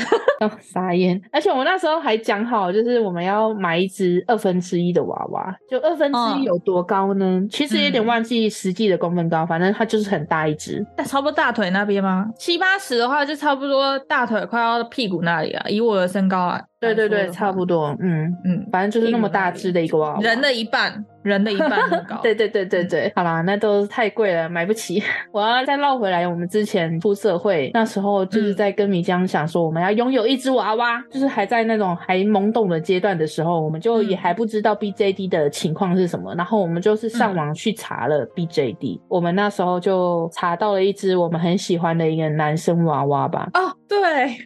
[SPEAKER 2] 撒烟。而且我那时候还讲好，就是我们要买一只二分之一的娃娃，就二分之
[SPEAKER 1] 嗯
[SPEAKER 2] 一有多高呢？其实有点
[SPEAKER 1] 嗯
[SPEAKER 2] 忘记实际的公分高，反正它就是很大一只。
[SPEAKER 1] 但差不多大腿那边吗？七八十的话，就差不多大腿快要屁股那里了。以我的身高啊，
[SPEAKER 2] 对对对，差
[SPEAKER 1] 多。
[SPEAKER 2] 不多，嗯，
[SPEAKER 1] 嗯，
[SPEAKER 2] 反正就是那么大只的一个娃娃。
[SPEAKER 1] 人的嗯一半，人的一半很
[SPEAKER 2] [LAUGHS]
[SPEAKER 1] 高。
[SPEAKER 2] 对对对对对，好啦，那都太贵了，买不起。我要再绕回来，我们之前出社会那时候，就是
[SPEAKER 1] 嗯
[SPEAKER 2] 在跟米江想说，我们要拥有一只娃娃，就是还在那种还懵懂的阶段的时候，我们就也
[SPEAKER 1] 嗯
[SPEAKER 2] 还不知道 BJD 的情况是什么，然后我们就是
[SPEAKER 1] 嗯
[SPEAKER 2] 上网去查了 BJD，、我们那时候就查到了一只我们很喜欢的一个男生娃娃吧，
[SPEAKER 1] 哦，对，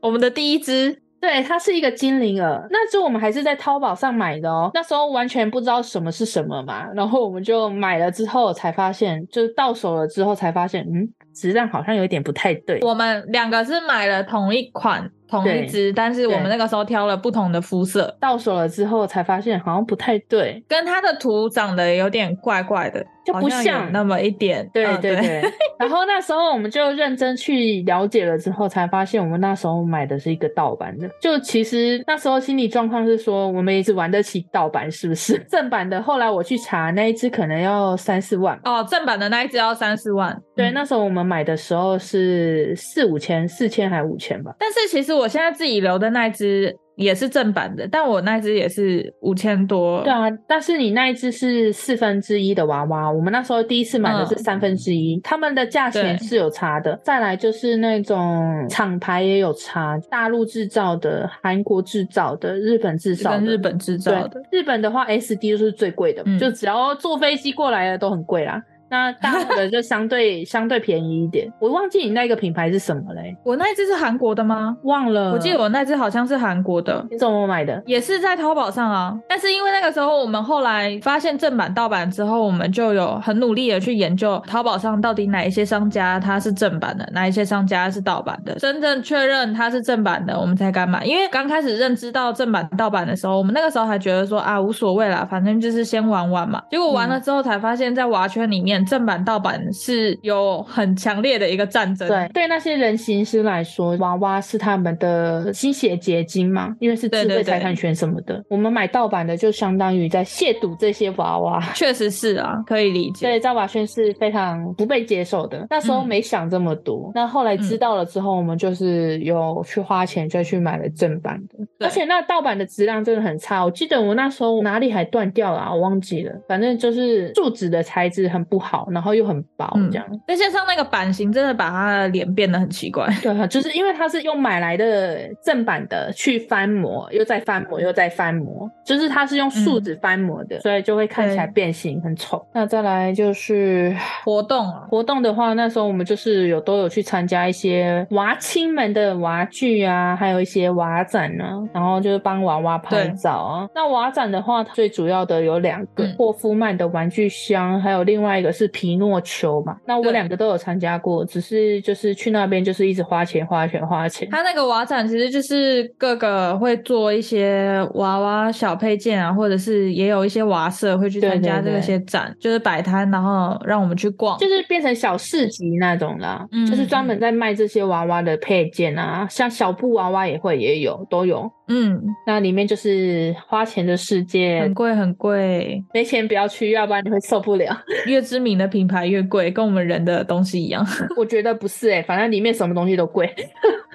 [SPEAKER 1] 我们的第一只，
[SPEAKER 2] 对，它是一个精灵耳，那只我们还是在淘宝上买的哦。那时候完全不知道什么是什么嘛，然后我们就买了之后才发现，就是到手了之后才发现，嗯，质量好像有点不太对。
[SPEAKER 1] 我们两个是买了同一款同一
[SPEAKER 2] 对
[SPEAKER 1] 只，但是我们
[SPEAKER 2] 对
[SPEAKER 1] 那个时候挑了不同的肤色，
[SPEAKER 2] 到手了之后才发现好像不太对，
[SPEAKER 1] 跟它的图长得有点怪怪的，
[SPEAKER 2] 就
[SPEAKER 1] 好
[SPEAKER 2] 不
[SPEAKER 1] 像有
[SPEAKER 2] 像
[SPEAKER 1] 那么一点。
[SPEAKER 2] 对
[SPEAKER 1] 嗯
[SPEAKER 2] 对
[SPEAKER 1] 对 [LAUGHS]
[SPEAKER 2] 对，然后那时候我们就认真去了解了之后，才发现我们那时候买的是一个盗版的。就其实那时候心理状况是说，我们也只玩得起盗版，是不是？ [LAUGHS] 正版的后来我去查，那一只可能要三四万吧。
[SPEAKER 1] 哦，正版的那一只要三四万。
[SPEAKER 2] 对，
[SPEAKER 1] 嗯
[SPEAKER 2] 那时候我们买的时候是四五千，四千还五千吧。
[SPEAKER 1] 但是其实我现在自己留的那一只也是正版的，但我那只也是五千多。
[SPEAKER 2] 对啊，但是你那一只是四分之一的娃娃，我们那时候第一次买的是
[SPEAKER 1] 嗯
[SPEAKER 2] 三分之一，他们的价钱
[SPEAKER 1] 对
[SPEAKER 2] 是有差的。再来就是那种厂牌也有差，大陆制造的、韩国制造的、日本制
[SPEAKER 1] 是
[SPEAKER 2] 造的、
[SPEAKER 1] 跟日本制
[SPEAKER 2] 对
[SPEAKER 1] 造的，
[SPEAKER 2] 日本的话，SD 就是最贵的，
[SPEAKER 1] 嗯
[SPEAKER 2] 就只要坐飞机过来的都很贵啦。那大陆的就相对 [LAUGHS] 相对便宜一点。我忘记你那个品牌是什么嘞，
[SPEAKER 1] 我那一只是韩国的吗？
[SPEAKER 2] 忘了。
[SPEAKER 1] 我记得我那只好像是韩国的，
[SPEAKER 2] 你怎么买的？
[SPEAKER 1] 也是在淘宝上啊。但是因为那个时候我们后来发现正版盗版之后，我们就有很努力的去研究淘宝上到底哪一些商家它是正版的，哪一些商家是盗版的。真正确认它是正版的，我们才敢买。因为刚开始认知到正版盗版的时候，我们那个时候还觉得说啊无所谓啦，反正就是先玩玩嘛。结果完了之后才发现，在娃圈里面，正版盗版是有很强烈的一个战争。
[SPEAKER 2] 对，对那些人形师来说，娃娃是他们的心血结晶嘛，因为是
[SPEAKER 1] 对
[SPEAKER 2] 智
[SPEAKER 1] 对对
[SPEAKER 2] 慧财产权什么的。我们买盗版的，就相当于在亵渎这些娃娃。
[SPEAKER 1] 确实是啊，可以理解。
[SPEAKER 2] 对，在瓦轩是非常不被接受的。那时候
[SPEAKER 1] 嗯
[SPEAKER 2] 没想这么多，那后来知道了之后，我们就是有去花钱再去买了正版的，
[SPEAKER 1] 对
[SPEAKER 2] 而且那盗版的质量真的很差。我记得我那时候哪里还断掉了、啊，我忘记了。反正就是树脂的材质很不好，然后又很薄
[SPEAKER 1] 嗯
[SPEAKER 2] 这样。
[SPEAKER 1] 在线上那个版型真的把他的脸变得很奇怪。
[SPEAKER 2] 对啊，就是因为它是用买来的正版的去翻模，又再翻模，又再翻模，就是它是用树脂翻模的，所以就会看起来
[SPEAKER 1] 对
[SPEAKER 2] 变形，很丑。那再来就是
[SPEAKER 1] 活动啊，
[SPEAKER 2] 活动的话，那时候我们就是有都有去参加一些娃亲们的娃剧啊，还有一些娃展啊，然后就是帮娃娃拍
[SPEAKER 1] 对
[SPEAKER 2] 照啊。那娃展的话，它最主要的有两个，
[SPEAKER 1] 嗯
[SPEAKER 2] 霍夫曼的玩具箱，还有另外一个是皮诺丘嘛。那我
[SPEAKER 1] 对
[SPEAKER 2] 两个都有参加过，只是就是去那边就是一直花钱花钱花钱。
[SPEAKER 1] 他那个娃展其实就是各个会做一些娃娃小配件啊，或者是也有一些娃社会去参加
[SPEAKER 2] 对
[SPEAKER 1] 这
[SPEAKER 2] 对对
[SPEAKER 1] 些展，就是摆摊，然后让我们去逛。
[SPEAKER 2] 就是变成小市集那种啦，
[SPEAKER 1] 嗯
[SPEAKER 2] 就是专门在卖这些娃娃的配件啊，像小布娃娃也会也有都有。
[SPEAKER 1] 嗯，
[SPEAKER 2] 那里面就是花钱的世界
[SPEAKER 1] 很，贵很贵，
[SPEAKER 2] 没钱不要去，要不然你会受不了。
[SPEAKER 1] 越知名的品牌越贵，跟我们人的东西一样。
[SPEAKER 2] 欸 [LAUGHS] 我觉得不是哎、反正里面什么东西都贵，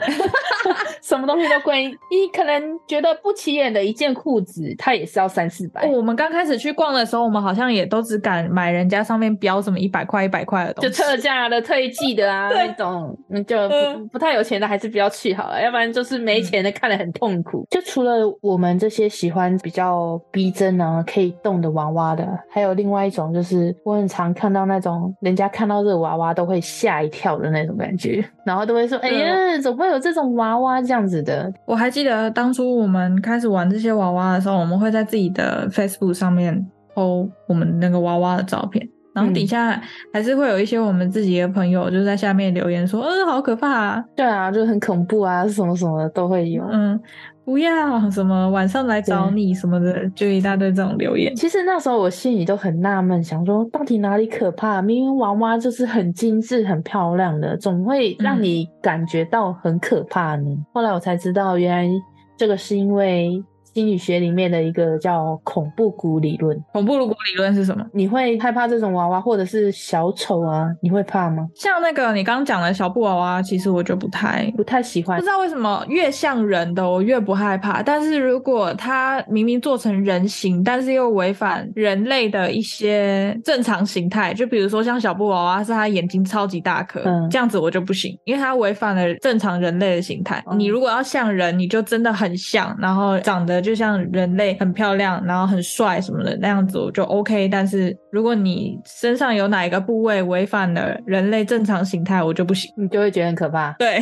[SPEAKER 2] 什什么东西都贵，你可能觉得不起眼的一件裤子，它也是要三四百
[SPEAKER 1] 哦，我们刚开始去逛的时候，我们好像也都只敢买人家上面标什么一百块、一百块的东
[SPEAKER 2] 就
[SPEAKER 1] 西，
[SPEAKER 2] 特价的、退季的
[SPEAKER 1] [LAUGHS]
[SPEAKER 2] 啊
[SPEAKER 1] 对
[SPEAKER 2] 那种，嗯，就不
[SPEAKER 1] 嗯
[SPEAKER 2] 不太有钱的还是不要去好了，要不然就是没钱的看得很痛
[SPEAKER 1] 嗯
[SPEAKER 2] 苦。就除了我们这些喜欢比较逼真啊、可以动的娃娃的，还有另外一种就是我很常看到那种人家看到这个娃娃都会吓一跳的那种感觉， [LAUGHS] 然后都会
[SPEAKER 1] 嗯
[SPEAKER 2] 说：“哎呀，怎么会有这种娃娃这样子的
[SPEAKER 1] 我还记得当初我们开始玩这些娃娃的时候，我们会在自己的 Facebook 上面 po 我们那个娃娃的照片，然后底下还是会有一些我们自己的朋友就在下面留言说：“嗯、好可怕、啊，？”
[SPEAKER 2] 对啊，就很恐怖啊，什么什么的都会有。
[SPEAKER 1] 嗯，不要什么晚上来找你什么的，就一大堆这种留言。
[SPEAKER 2] 其实那时候我心里都很纳闷，想说到底哪里可怕？明明娃娃就是很精致、很漂亮的，怎么会让
[SPEAKER 1] 嗯
[SPEAKER 2] 你感觉到很可怕呢？后来我才知道，原来这个是因为心理学里面的一个叫恐怖谷理论。
[SPEAKER 1] 恐怖如果理论是什么？
[SPEAKER 2] 你会害怕这种娃娃，或者是小丑啊？你会怕吗？
[SPEAKER 1] 像那个你刚刚讲的小布娃娃，其实我就不太
[SPEAKER 2] 不太喜欢
[SPEAKER 1] 不知。道为什么越像人的我越不害怕，但是如果它明明做成人形，但是又违反人类的一些正常形态，就比如说像小布娃娃，是它眼睛超级大颗，
[SPEAKER 2] 嗯
[SPEAKER 1] 这样子我就不行，因为它违反了正常人类的形态。
[SPEAKER 2] 哦
[SPEAKER 1] 你如果要像人，你就真的很像，然后长得就像人类，很漂亮，然后很帅什么的那样子，我就 OK。但是如果你身上有哪一个部位违反了人类正常形态，我就不行。
[SPEAKER 2] 你就会觉得很可怕。嗯
[SPEAKER 1] 对，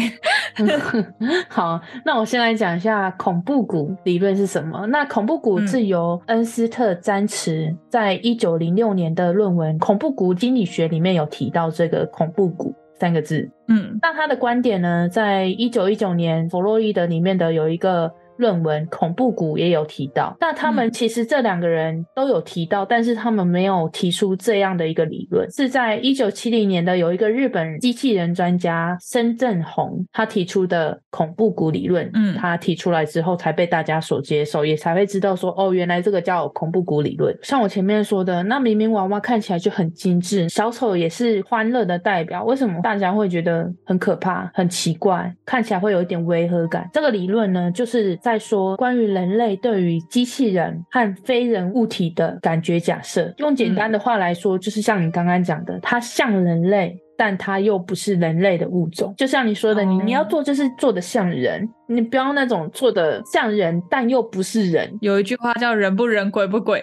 [SPEAKER 2] 好，那我先来讲一下恐怖谷理论是什么。那恐怖谷
[SPEAKER 1] 嗯
[SPEAKER 2] 是由恩斯特·詹茨在一九零六年的论文《恐怖谷心理学》里面有提到这个“恐怖谷”三个字。
[SPEAKER 1] 嗯
[SPEAKER 2] 那他的观点呢，在一九一九年弗洛伊德里面的有一个论文《恐怖谷》也有提到。那他们
[SPEAKER 1] 嗯
[SPEAKER 2] 其实这两个人都有提到，但是他们没有提出这样的一个理论。是在一九七零年的有一个日本机器人专家深圳宏他提出的恐怖谷理论。
[SPEAKER 1] 嗯
[SPEAKER 2] 他提出来之后才被大家所接受，也才会知道说哦，原来这个叫恐怖谷理论。像我前面说的，那明明娃娃看起来就很精致，小丑也是欢乐的代表，为什么大家会觉得很可怕、很奇怪，看起来会有一点违和感？这个理论呢，就是在说关于人类对于机器人和非人物体的感觉假设。用简单的话来说，就是像你刚刚讲的，它像人类。但它又不是人类的物种，就像你说的，你你要
[SPEAKER 1] 哦
[SPEAKER 2] 做就是做的像人，你不要那种做的像人但又不是人， [LAUGHS]
[SPEAKER 1] 有一句话叫“人不人，鬼不鬼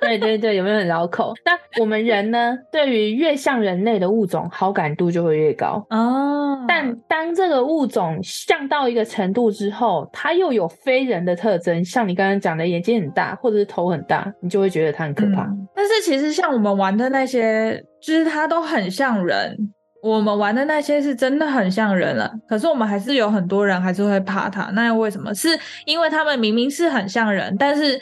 [SPEAKER 2] 对对对，有没有很绕口？但我们人呢，对于越像人类的物种，好感度就会越高”。。
[SPEAKER 1] [LAUGHS] 哦
[SPEAKER 2] 但当这个物种像到一个程度之后，它又有非人的特征，像你刚刚讲的眼睛很大或者是头很大，你就会觉得它很可怕。
[SPEAKER 1] 嗯但是其实像我们玩的那些，就是它都很像人。我们玩的那些是真的很像人了，可是我们还是有很多人还是会怕它。那又为什么？是因为他们明明是很像人，但是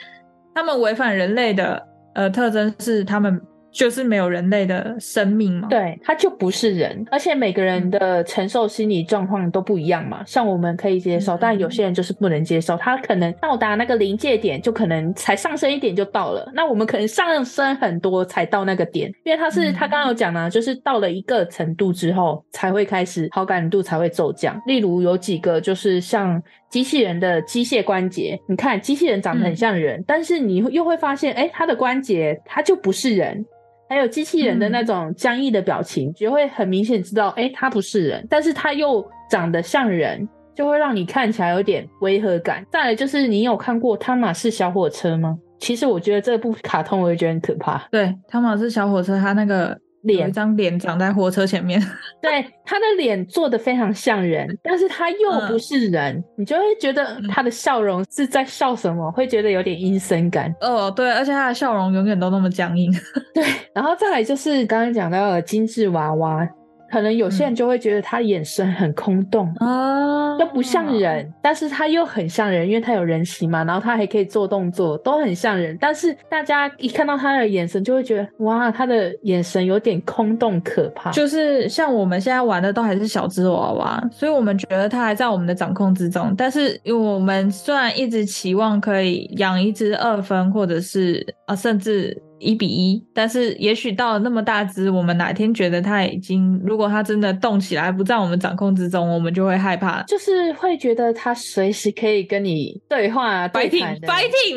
[SPEAKER 1] 他们违反人类的呃特征，是他们就是没有人类的生命嘛？，
[SPEAKER 2] 对，它就不是人，而且每个人
[SPEAKER 1] 嗯
[SPEAKER 2] 的承受心理状况都不一样嘛。像我们可以接受，但
[SPEAKER 1] 嗯
[SPEAKER 2] 有些人就是不能接受，他可能到达那个临界点，就可能才上升一点就到了。那我们可能上升很多才到那个点，因为他是、他
[SPEAKER 1] 嗯
[SPEAKER 2] 刚刚有讲啊，就是到了一个程度之后，才会开始好感度才会骤降。例如有几个就是像。机器人的机械关节，你看机器人长得很
[SPEAKER 1] 嗯
[SPEAKER 2] 像人，但是你又会发现，哎、它的关节它就不是人，还有机器人的那种僵硬的表情，就会很明显知道，哎、他不是人，但是他又长得像人，就会让你看起来有点违和感。再来就是，你有看过《汤马士小火车》吗？其实我觉得这部卡通我也觉得很可怕，
[SPEAKER 1] 对，汤马斯小火车，他那个有
[SPEAKER 2] 脸
[SPEAKER 1] 一张脸长在火车前面。 [LAUGHS]
[SPEAKER 2] 对他的脸做的非常像人，但是他又
[SPEAKER 1] 嗯
[SPEAKER 2] 不是人，你就会觉得他的笑容是在笑什么，会觉得有点阴森感。
[SPEAKER 1] 哦，对，而且他的笑容永远都那么僵硬。
[SPEAKER 2] 对，然后再来就是刚刚讲到的精致娃娃，可能有些人就会觉得他眼神很空洞，
[SPEAKER 1] 啊
[SPEAKER 2] 又不像。人，但是他又很像人，因为他有人形嘛，然后他还可以做动作，都很像人。但是大家一看到他的眼神，就会觉得哇，他的眼神有点空洞可怕。
[SPEAKER 1] 就是像我们现在玩的都还是小只娃娃，所以我们觉得它还在我们的掌控之中。但是因为我们虽然一直期望可以养一只二分，或者是啊，甚至一比一，但是也许到了那么大只，我们哪天觉得它已经，如果它真的动起来不在我们掌控之中，我们就会害怕了。
[SPEAKER 2] 就是会觉得它随时可以跟你对话、啊、对谈
[SPEAKER 1] fighting
[SPEAKER 2] 的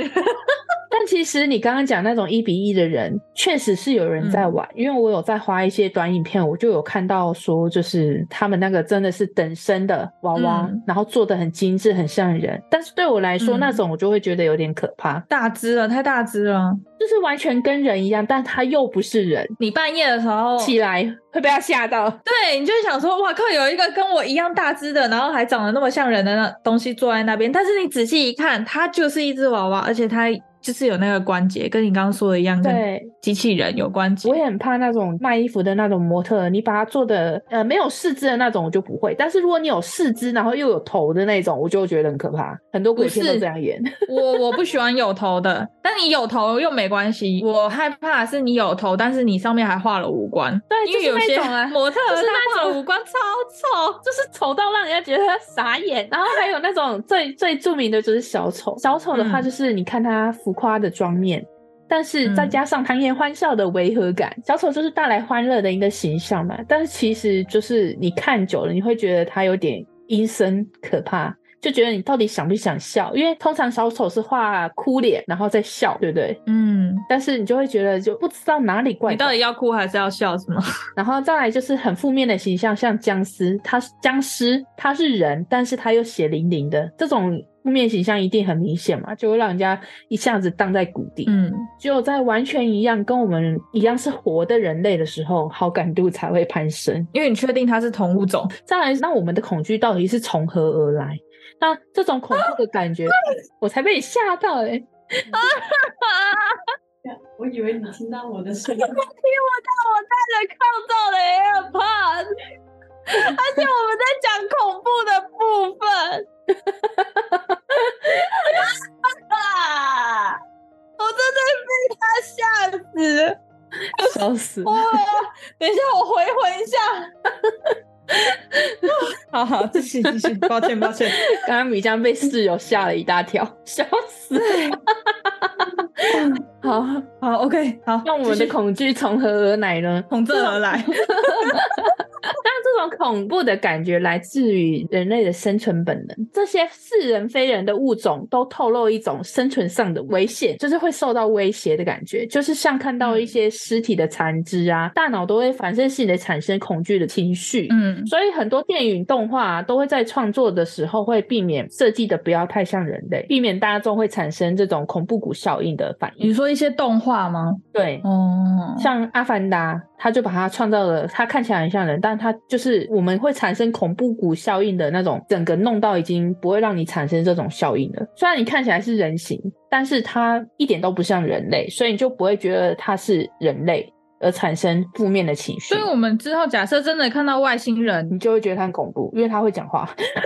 [SPEAKER 1] fighting， [LAUGHS]
[SPEAKER 2] 但其实你刚刚讲那种一比一的人，确实是有人
[SPEAKER 1] 嗯
[SPEAKER 2] 在玩，因为我有在花一些短影片，我就有看到说，就是他们那个真的是等身的娃娃，
[SPEAKER 1] 嗯
[SPEAKER 2] 然后做的很精致，很像人。但是对我来说，
[SPEAKER 1] 嗯
[SPEAKER 2] 那种我就会觉得有点可怕，
[SPEAKER 1] 大只了，太大只了。
[SPEAKER 2] 就是完全跟人一样，但他又不是人，
[SPEAKER 1] 你半夜的时候
[SPEAKER 2] 起来会被他吓到。
[SPEAKER 1] 对，你就会想说，哇靠，有一个跟我一样大只的，然后还长得那么像人的那东西坐在那边，但是你仔细一看，它就是一只娃娃，而且它就是有那个关节，跟你刚刚说的一样，跟
[SPEAKER 2] 对，
[SPEAKER 1] 机器人有关节
[SPEAKER 2] 我。也很怕那种卖衣服的那种模特，你把它做的呃没有四肢的那种，我就不会。但是如果你有四肢，然后又有头的那种，我就会觉得很可怕。很多鬼片
[SPEAKER 1] 不
[SPEAKER 2] 都
[SPEAKER 1] 是
[SPEAKER 2] 这样演， [LAUGHS]
[SPEAKER 1] 我我不喜欢有头的，但你有头又没关系。我害怕是你有头，但是你上面还画了五官，
[SPEAKER 2] 对
[SPEAKER 1] 因为
[SPEAKER 2] 就
[SPEAKER 1] 有
[SPEAKER 2] 是
[SPEAKER 1] 些 [LAUGHS]
[SPEAKER 2] 那种啊
[SPEAKER 1] 模特
[SPEAKER 2] 就是那
[SPEAKER 1] 他画了
[SPEAKER 2] 种
[SPEAKER 1] 五官超丑，
[SPEAKER 2] 就是丑到让人家觉得傻眼。然后还有那种最最著名的就是小丑，小丑的话
[SPEAKER 1] 嗯
[SPEAKER 2] 就是你看他浮夸的妆面。但是再
[SPEAKER 1] 嗯
[SPEAKER 2] 加上强颜欢笑的违和感，小丑就是带来欢乐的一个形象嘛。但是其实就是你看久了，你会觉得他有点阴森可怕。就觉得你到底想不想笑？因为通常小丑是画哭脸，然后再笑，对不对？
[SPEAKER 1] 嗯，
[SPEAKER 2] 但是你就会觉得就不知道哪里怪
[SPEAKER 1] 你到
[SPEAKER 2] 怪。
[SPEAKER 1] 底要哭还是要笑是吗？
[SPEAKER 2] 然后再来就是很负面的形象，像僵尸，他是僵尸他是人，但是他又血淋淋的，这种负面形象一定很明显嘛，就会让人家一下子荡在谷底。
[SPEAKER 1] 嗯，
[SPEAKER 2] 只有在完全一样跟我们一样是活的人类的时候，好感度才会攀升。
[SPEAKER 1] 因为你确定它是同物种，
[SPEAKER 2] 再来，那我们的恐惧到底是从何而来？那这种恐惧的感
[SPEAKER 1] 啊
[SPEAKER 2] 觉，我才被你吓到哎、欸！
[SPEAKER 3] 我以为你听到我的声音，
[SPEAKER 1] 我戴着抗噪的 AirPod，而且我们在讲恐怖的部分。啊！我真的被他吓死了！
[SPEAKER 2] 笑死！
[SPEAKER 1] 哇，等一下，我回魂一下。好好，继续继续，抱歉抱歉。
[SPEAKER 2] 刚刚米江被室友吓了一大跳，笑死！ [LAUGHS] 好，
[SPEAKER 1] 好，OK，好，
[SPEAKER 2] 那我们的
[SPEAKER 1] 继续
[SPEAKER 2] 恐惧从何而来呢？
[SPEAKER 1] 从这而来。
[SPEAKER 2] 那这种恐怖的感觉来自于人类的生存本能。这些似人非人的物种都透露一种生存上的危险，就是会受到威胁的感觉，就是像看到一些尸体的残肢啊，大脑都会反射性的产生恐惧的情绪。
[SPEAKER 1] 嗯
[SPEAKER 2] 所以很多电影动画、啊、都会在创作的时候会避免设计的不要太像人类，避免大众会产生这种恐怖谷效应的反应。
[SPEAKER 1] 你说一些动画吗？
[SPEAKER 2] 对，
[SPEAKER 1] 哦
[SPEAKER 2] 像《阿凡达》，他就把它创造了，他看起来很像人，但他就是我们会产生恐怖谷效应的那种，整个弄到已经不会让你产生这种效应了。虽然你看起来是人形，但是它一点都不像人类，所以你就不会觉得它是人类而产生负面的情绪
[SPEAKER 1] 所以，。我们之后假设真的看到外星人，
[SPEAKER 2] 你就会觉得它很恐怖，因为它会讲话。 [LAUGHS]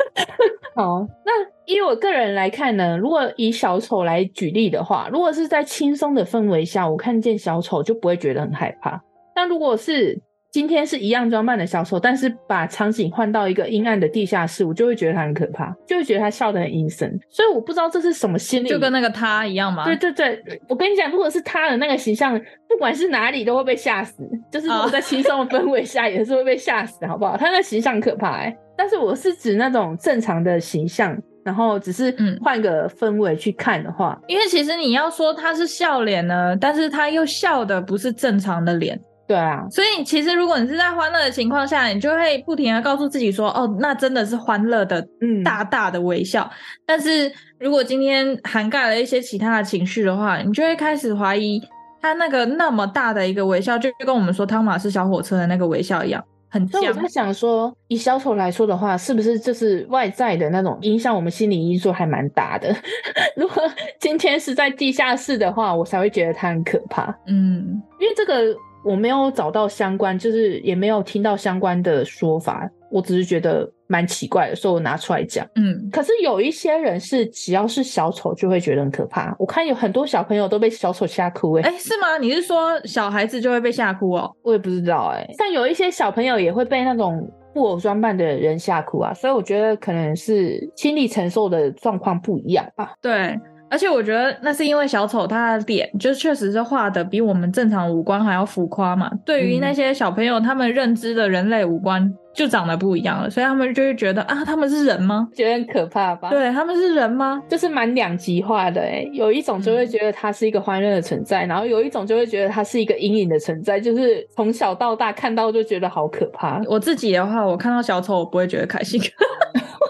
[SPEAKER 2] 好，那以我个人来看呢，如果以小丑来举例的话，如果是在轻松的氛围下，我看见小丑就不会觉得很害怕。但如果是今天是一样装扮的小丑，但是把场景换到一个阴暗的地下室，我就会觉得他很可怕，就会觉得他笑得很阴森。所以我不知道这是什么心理，
[SPEAKER 1] 就跟那个他一样嘛。
[SPEAKER 2] 对对对，我跟你讲，如果是他的那个形象，不管是哪里都会被吓死。就是如果
[SPEAKER 1] 哦
[SPEAKER 2] 在轻松的氛
[SPEAKER 1] [LAUGHS]
[SPEAKER 2] 围下，也是会被吓死，好不好？他那形象很可怕哎、但是我是指那种正常的形象，然后只是
[SPEAKER 1] 嗯
[SPEAKER 2] 换个氛围去看的话，
[SPEAKER 1] 因为其实你要说他是笑脸呢，但是他又笑的不是正常的脸，
[SPEAKER 2] 对啊，
[SPEAKER 1] 所以其实如果你是在欢乐的情况下，你就会不停的告诉自己说，哦，那真的是欢乐的
[SPEAKER 2] 嗯，
[SPEAKER 1] 大大的微笑。但是如果今天涵盖了一些其他的情绪的话，你就会开始怀疑他那个那么大的一个微笑，就跟我们说汤马斯小火车的那个微笑一样，很
[SPEAKER 2] 所以我
[SPEAKER 1] 像。
[SPEAKER 2] 在想说，以小丑来说的话，是不是就是外在的那种影响我们心理因素还蛮大的？ [LAUGHS] 如果今天是在地下室的话，我才会觉得他很可怕。
[SPEAKER 1] 嗯，
[SPEAKER 2] 因为这个我没有找到相关，就是也没有听到相关的说法，我只是觉得蛮奇怪的，所以我拿出来讲。
[SPEAKER 1] 嗯，
[SPEAKER 2] 可是有一些人是只要是小丑就会觉得很可怕，我看有很多小朋友都被小丑吓哭、欸，哎、
[SPEAKER 1] 哎、是吗？你是说小孩子就会被吓哭哦？
[SPEAKER 2] 我也不知道、欸，哎，像有一些小朋友也会被那种。布偶装扮的人吓哭啊，所以我觉得可能是心理承受的状况不一样吧。
[SPEAKER 1] 对，而且我觉得那是因为小丑他的脸就确实是画的比我们正常五官还要浮夸嘛。对于
[SPEAKER 2] 嗯
[SPEAKER 1] 那些小朋友，他们认知的人类五官就长得不一样了，所以他们就会觉得啊，他们是人吗？
[SPEAKER 2] 觉得很可怕吧？，
[SPEAKER 1] 对，他们是人吗？
[SPEAKER 2] 就是蛮两极化的哎、有一种就会觉得它是一个欢乐的存在，然后有一种就会觉得它是一个阴影的存在，就是从小到大看到就觉得好可怕。 [LAUGHS]
[SPEAKER 1] 我自己的话，我看到小丑，我不会觉得开心。 [LAUGHS]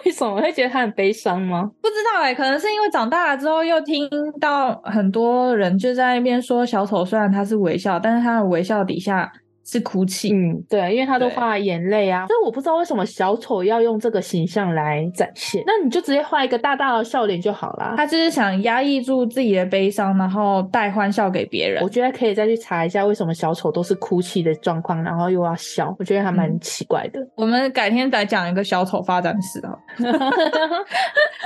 [SPEAKER 2] 为什么会觉得它很悲伤吗？
[SPEAKER 1] 不知道哎、可能是因为长大了之后，又听到很多人就在那边说，小丑虽然他是微笑，但是他的微笑底下是哭泣。
[SPEAKER 2] 嗯，对，因为他都
[SPEAKER 1] 对
[SPEAKER 2] 画眼泪啊，所以我不知道为什么小丑要用这个形象来展现。那你就直接画一个大大的笑脸就好啦。
[SPEAKER 1] 他就是想压抑住自己的悲伤，然后带欢笑给别人
[SPEAKER 2] 我。觉得可以再去查一下为什么小丑都是哭泣的状况，然后又要笑，我觉得还蛮
[SPEAKER 1] 嗯
[SPEAKER 2] 奇怪的。
[SPEAKER 1] 我们改天再讲一个小丑发展史啊， [LAUGHS]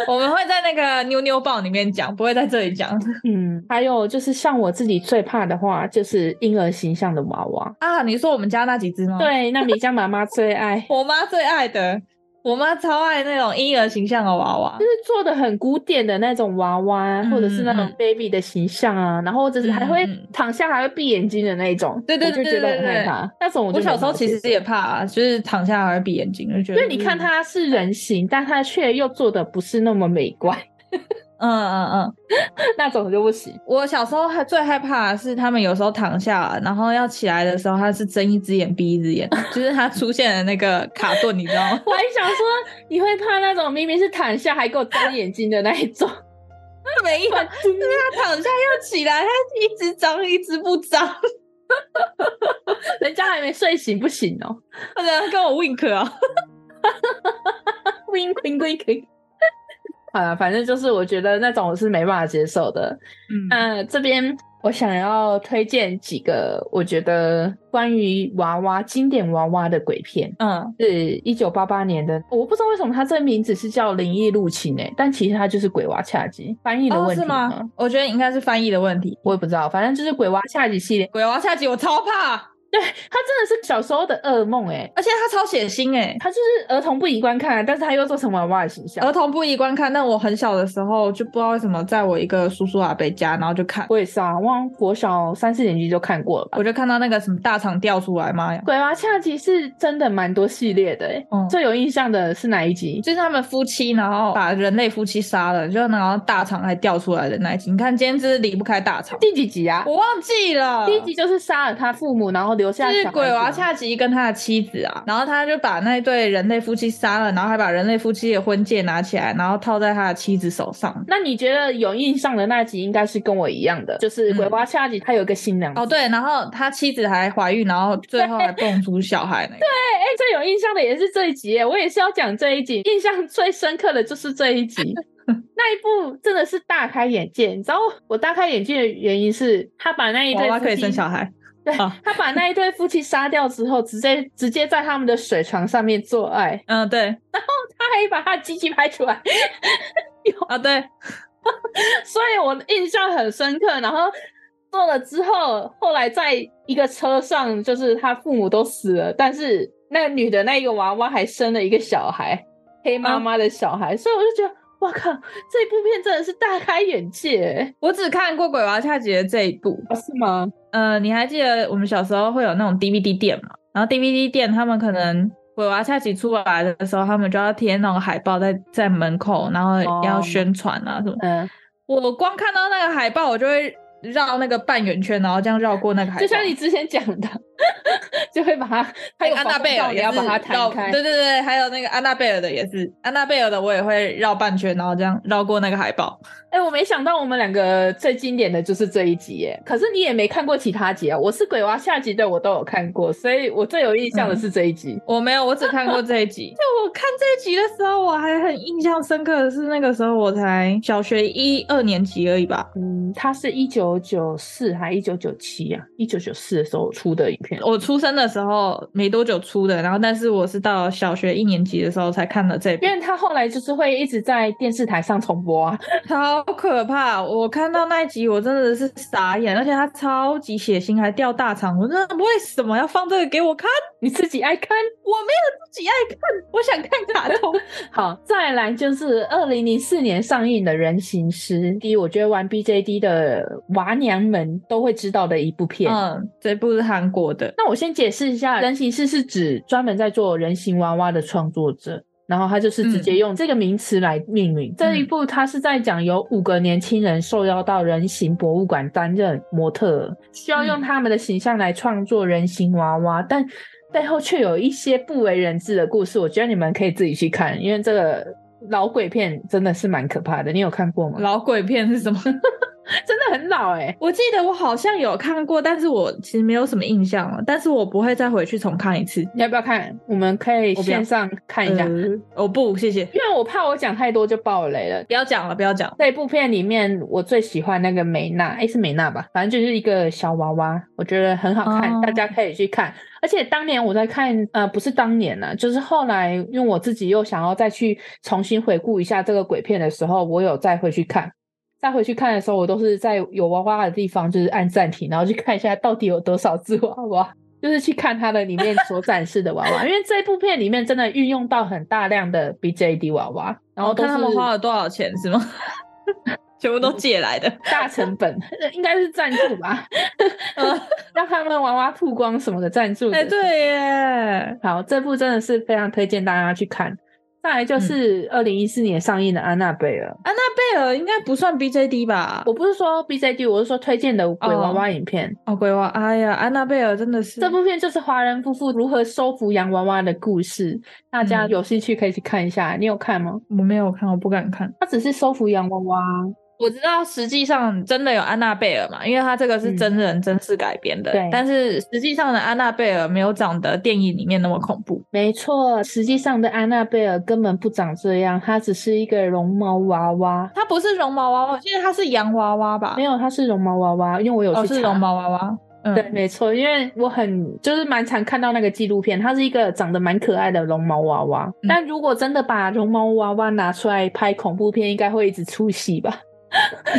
[SPEAKER 1] 我们会在那个妞妞报里面讲，不会在这里讲
[SPEAKER 2] 嗯，还有就是像我自己最怕的话，就是婴儿形象的娃娃。
[SPEAKER 1] 啊。你说我们家那几只吗？，
[SPEAKER 2] 对，那米江妈妈最爱，
[SPEAKER 1] 我妈最爱的，我妈超爱那种婴儿形象的娃娃
[SPEAKER 2] 就。是做的很古典的那种娃娃，或者是那
[SPEAKER 1] 嗯
[SPEAKER 2] 种
[SPEAKER 1] 嗯
[SPEAKER 2] baby 的形象啊，然后或者是还会
[SPEAKER 1] 嗯嗯
[SPEAKER 2] 躺下还会闭眼睛的那一种，
[SPEAKER 1] 对对
[SPEAKER 2] 我就
[SPEAKER 1] 对
[SPEAKER 2] 觉得
[SPEAKER 1] 对
[SPEAKER 2] 很
[SPEAKER 1] 对
[SPEAKER 2] 害
[SPEAKER 1] 对
[SPEAKER 2] 怕。那种我
[SPEAKER 1] 我
[SPEAKER 2] 就没
[SPEAKER 1] 小
[SPEAKER 2] 办
[SPEAKER 1] 时候
[SPEAKER 2] 法
[SPEAKER 1] 其
[SPEAKER 2] 接
[SPEAKER 1] 实
[SPEAKER 2] 受
[SPEAKER 1] 也嗯怕、啊，就是躺下还会闭眼睛，就觉
[SPEAKER 2] 因
[SPEAKER 1] 得。
[SPEAKER 2] 为你看，它是人形，但它却又做的不是那么美观， [LAUGHS]
[SPEAKER 1] 嗯嗯嗯，
[SPEAKER 2] 那种就不行。
[SPEAKER 1] 我小时候还最害怕的是，他们有时候躺下，然后要起来的时候，他是睁一只眼闭一只眼，就是他出现的那个卡顿，你知道吗？ [LAUGHS]
[SPEAKER 2] 我还想说，你会怕那种明明是躺下还给我睁眼睛的那一种， [LAUGHS]
[SPEAKER 1] 没有，
[SPEAKER 2] 突然
[SPEAKER 1] [LAUGHS] 就是他躺下要起来，他一只张一只不 [LAUGHS] 张，
[SPEAKER 2] 人家还没睡醒不行哦。
[SPEAKER 1] 他在跟我 wink 啊。
[SPEAKER 2] wink wink wink wink。好了，反正就是我觉得那种我是没办法接受的。
[SPEAKER 1] 嗯
[SPEAKER 2] [LAUGHS] 那这边我想要推荐几个我觉得关于娃娃经典娃娃的鬼片，
[SPEAKER 1] 嗯，
[SPEAKER 2] 是一九八八年的，我不知道为什么它这个名字是叫《灵异入侵》诶，但其实它就是《鬼娃恰吉》翻译的
[SPEAKER 1] 哦
[SPEAKER 2] 问
[SPEAKER 1] 是
[SPEAKER 2] 题吗、
[SPEAKER 1] 吗？我觉得应该是翻译的问题。
[SPEAKER 2] 我也不知道，反正就是《鬼娃恰吉》系列，
[SPEAKER 1] 鬼娃下集我超怕，
[SPEAKER 2] 它真的是小时候的噩梦诶，
[SPEAKER 1] 而且他超血腥哎、
[SPEAKER 2] 它就是儿童不宜观看，啊但是它又做成娃娃的形象
[SPEAKER 1] 儿。童不宜观看，但我很小的时候就不知道为什么，在我一个叔叔阿伯家，然后就看，
[SPEAKER 2] 我也是啊，我好像国小三四年级就看过了吧
[SPEAKER 1] 我。就看到那个什么大肠掉出来，妈呀！
[SPEAKER 2] 鬼娃恰吉是真的蛮多系列的、欸，
[SPEAKER 1] 嗯
[SPEAKER 2] 最有印象的是哪一集？
[SPEAKER 1] 就是他们夫妻，然后把人类夫妻杀了，就然后大肠还掉出来的那一集。你看，今天真是离不开大肠，
[SPEAKER 2] 第几集啊？
[SPEAKER 1] 我忘记了。
[SPEAKER 2] 第一集就是杀了他父母，然后留
[SPEAKER 1] 就
[SPEAKER 2] 下
[SPEAKER 1] 是
[SPEAKER 2] 小孩
[SPEAKER 1] 鬼
[SPEAKER 2] 子
[SPEAKER 1] 娃
[SPEAKER 2] 吗
[SPEAKER 1] 恰吉跟他的妻子啊，然后他就把那对人类夫妻杀了，然后还把人类夫妻的婚戒拿起来，然后套在他的妻子手上。
[SPEAKER 2] 那你觉得有印象的那集应该是跟我一样的，就是
[SPEAKER 1] 嗯
[SPEAKER 2] 鬼娃恰吉，他有一个新娘。
[SPEAKER 1] 哦，对，然后他妻子还怀孕，然后最后还蹦出小孩那个。
[SPEAKER 2] 哎哎、最有印象的也是这一集、欸，我也是要讲这一集，印象最深刻的就是这一
[SPEAKER 1] [LAUGHS]
[SPEAKER 2] 集。那一部真的是大开眼界，你知道我大开眼界的原因是他把那一 [LAUGHS] 对
[SPEAKER 1] 娃娃
[SPEAKER 2] 夫
[SPEAKER 1] 可以
[SPEAKER 2] 妻
[SPEAKER 1] 生小孩，
[SPEAKER 2] 对
[SPEAKER 1] 啊
[SPEAKER 2] 他把那一对夫妻杀掉之后，直接直接在他们的水床上面做爱，
[SPEAKER 1] 嗯，对，
[SPEAKER 2] 他还把他的鸡鸡拍出来，
[SPEAKER 1] 啊，对，
[SPEAKER 2] 所以我印象很深刻。然后做了之后，后来在一个车上，就是他父母都死了，但是那女的那个娃娃还生了一个小孩，黑妈妈的小孩，所以我就觉得。哇靠！这部片真的是大开眼界、欸，
[SPEAKER 1] 我只看过鬼娃恰吉的这一部，
[SPEAKER 2] 啊、是吗？
[SPEAKER 1] 呃，你还记得我们小时候会有那种 DVD 店嘛？然后 DVD 店他们可能鬼娃恰吉出来的时候，他们就要贴那种海报在在门口，然后要
[SPEAKER 2] 哦
[SPEAKER 1] 宣传啊什么。
[SPEAKER 2] 嗯，
[SPEAKER 1] 我光看到那个海报，我就会绕那个半圆圈，然后这样绕过那个海报。
[SPEAKER 2] 就像你之前讲的，就会把它，
[SPEAKER 1] 还
[SPEAKER 2] 还有
[SPEAKER 1] 有安
[SPEAKER 2] 防
[SPEAKER 1] 娜
[SPEAKER 2] 护
[SPEAKER 1] 贝
[SPEAKER 2] 罩
[SPEAKER 1] 尔
[SPEAKER 2] 你
[SPEAKER 1] 也
[SPEAKER 2] 要
[SPEAKER 1] 是
[SPEAKER 2] 把它
[SPEAKER 1] 绕
[SPEAKER 2] 摊开，
[SPEAKER 1] 对对对，还有那个安娜贝尔的也是，安娜贝尔的我也会绕半圈，然后这样绕过那个海报。
[SPEAKER 2] 哎、我没想到我们两个最经典的就是这一集耶。可是你也没看过其他集啊。我是鬼娃下集的我都有看过，所以我最有印象的是这一集。
[SPEAKER 1] 我没有，我只看过这一集。 [LAUGHS] 就我看这一集的时候，我还很印象深刻的是，那个时候我才小学一二年级而已吧。
[SPEAKER 2] 嗯，它是一九九四还一九九七啊？一九九四的时候出的影片。
[SPEAKER 1] 我出生的的时候没多久出的，然后但是我是到小学一年级的时候才看了这部
[SPEAKER 2] 因，为他后来就是会一直在电视台上重播啊。 [LAUGHS]
[SPEAKER 1] 超可怕！我看到那一集我真的是傻眼，而且它超级血腥，还掉大肠，我真的为什么要放这个给我看？
[SPEAKER 2] 你自己爱看。
[SPEAKER 1] 我没有自己爱看，我想看卡通。
[SPEAKER 2] 好，再来就是二零零四年上映的《人形师》，第一，我觉得玩 BJD 的娃娘们都会知道的一部片。
[SPEAKER 1] 嗯，这部是韩国的，
[SPEAKER 2] 那我先解释一下，人形师是指专门在做人形娃娃的创作者。然后他就是直
[SPEAKER 1] 嗯
[SPEAKER 2] 接用这个名词来命名、这一部，他是在讲有五个年轻人受邀到人形博物馆担任模特儿，需要用
[SPEAKER 1] 嗯
[SPEAKER 2] 他们的形象来创作人形娃娃，但背后却有一些不为人知的故事。我觉得你们可以自己去看，因为这个老鬼片真的是蛮可怕的。你有看过吗？
[SPEAKER 1] 老鬼片是什么？ [LAUGHS]
[SPEAKER 2] 真的很老哎、
[SPEAKER 1] 我记得我好像有看过，但是我其实没有什么印象了。但是我不会再回去重看一次。
[SPEAKER 2] 你要不要看？我们可以
[SPEAKER 1] 我不要
[SPEAKER 2] 线上看一下，
[SPEAKER 1] 呃哦不，谢谢，
[SPEAKER 2] 因为我怕我讲太多就爆雷了。
[SPEAKER 1] 不要讲了，不要讲。
[SPEAKER 2] 这部片里面，我最喜欢那个美娜，诶，是美娜吧？反正就是一个小娃娃，我觉得很好看，
[SPEAKER 1] 哦
[SPEAKER 2] 大家可以去看。而且当年我在看，呃，不是当年啊，就是后来，因为我自己又想要再去重新回顾一下这个鬼片的时候，我有再回去看。再回去看的时候，我都是在有娃娃的地方，就是按暂停，然后去看一下到底有多少只娃娃，就是去看它的里面所展示的娃娃。因为这部片里面真的运用到很大量的 BJD 娃娃，然
[SPEAKER 1] 我
[SPEAKER 2] 后哦都
[SPEAKER 1] 哦看
[SPEAKER 2] 是
[SPEAKER 1] 他们花了多少钱
[SPEAKER 2] [LAUGHS]
[SPEAKER 1] 是吗？全部都借来的。
[SPEAKER 2] 大成本， [LAUGHS] 呃应该是赞助 [LAUGHS] 吧，
[SPEAKER 1] 嗯
[SPEAKER 2] 让他们娃娃曝光什么的赞助。
[SPEAKER 1] 哎、，对耶，
[SPEAKER 2] 好，这部真的是非常推荐大家去看。再来就是二零一四年上映的《安娜贝尔》
[SPEAKER 1] 安娜贝尔应该不算 BJD 吧？
[SPEAKER 2] 啊我不是说 BJD，我是说推荐的鬼娃娃影片。
[SPEAKER 1] 哦，鬼娃，哎呀，安娜贝尔真的是
[SPEAKER 2] 这部片就是华人夫妇如何收服洋娃娃的故事，大家
[SPEAKER 1] 嗯
[SPEAKER 2] 有兴趣可以去看一下。你有看吗？
[SPEAKER 1] 我没有看，我不敢看。
[SPEAKER 2] 它只是收服洋娃娃，
[SPEAKER 1] 我知道实际上真的有安娜贝尔嘛，因为它这个是
[SPEAKER 2] 嗯
[SPEAKER 1] 真人真事改编的，
[SPEAKER 2] 对
[SPEAKER 1] 但是实际上的安娜贝尔没有长得电影里面那么恐怖。
[SPEAKER 2] 没错，实际上的安娜贝尔根本不长这样，她只是一个绒毛娃娃。
[SPEAKER 1] 它不是绒毛娃娃，我记得它是洋娃娃吧？
[SPEAKER 2] 没有，它是绒毛娃娃，因为我有
[SPEAKER 1] 哦，
[SPEAKER 2] 去查。
[SPEAKER 1] 是绒毛娃娃。嗯，
[SPEAKER 2] 对，没错，因为我很就是蛮常看到那个纪录片，它是一个长得蛮可爱的绒毛娃娃。
[SPEAKER 1] 嗯
[SPEAKER 2] 但如果真的把绒毛娃娃拿出来拍恐怖片，应该会一直出戏吧？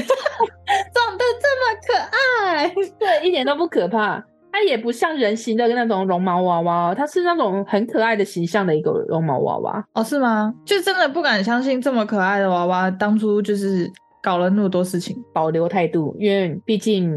[SPEAKER 1] 长得这么可爱，
[SPEAKER 2] 对，一点都不可怕。它也不像人形的那种绒毛娃娃哦，它是那种很可爱的形象的一个绒毛娃娃。
[SPEAKER 1] 哦，是吗？就真的不敢相信这么可爱的娃娃，当初就是搞了那么多事情。
[SPEAKER 2] 保留态度，因为毕竟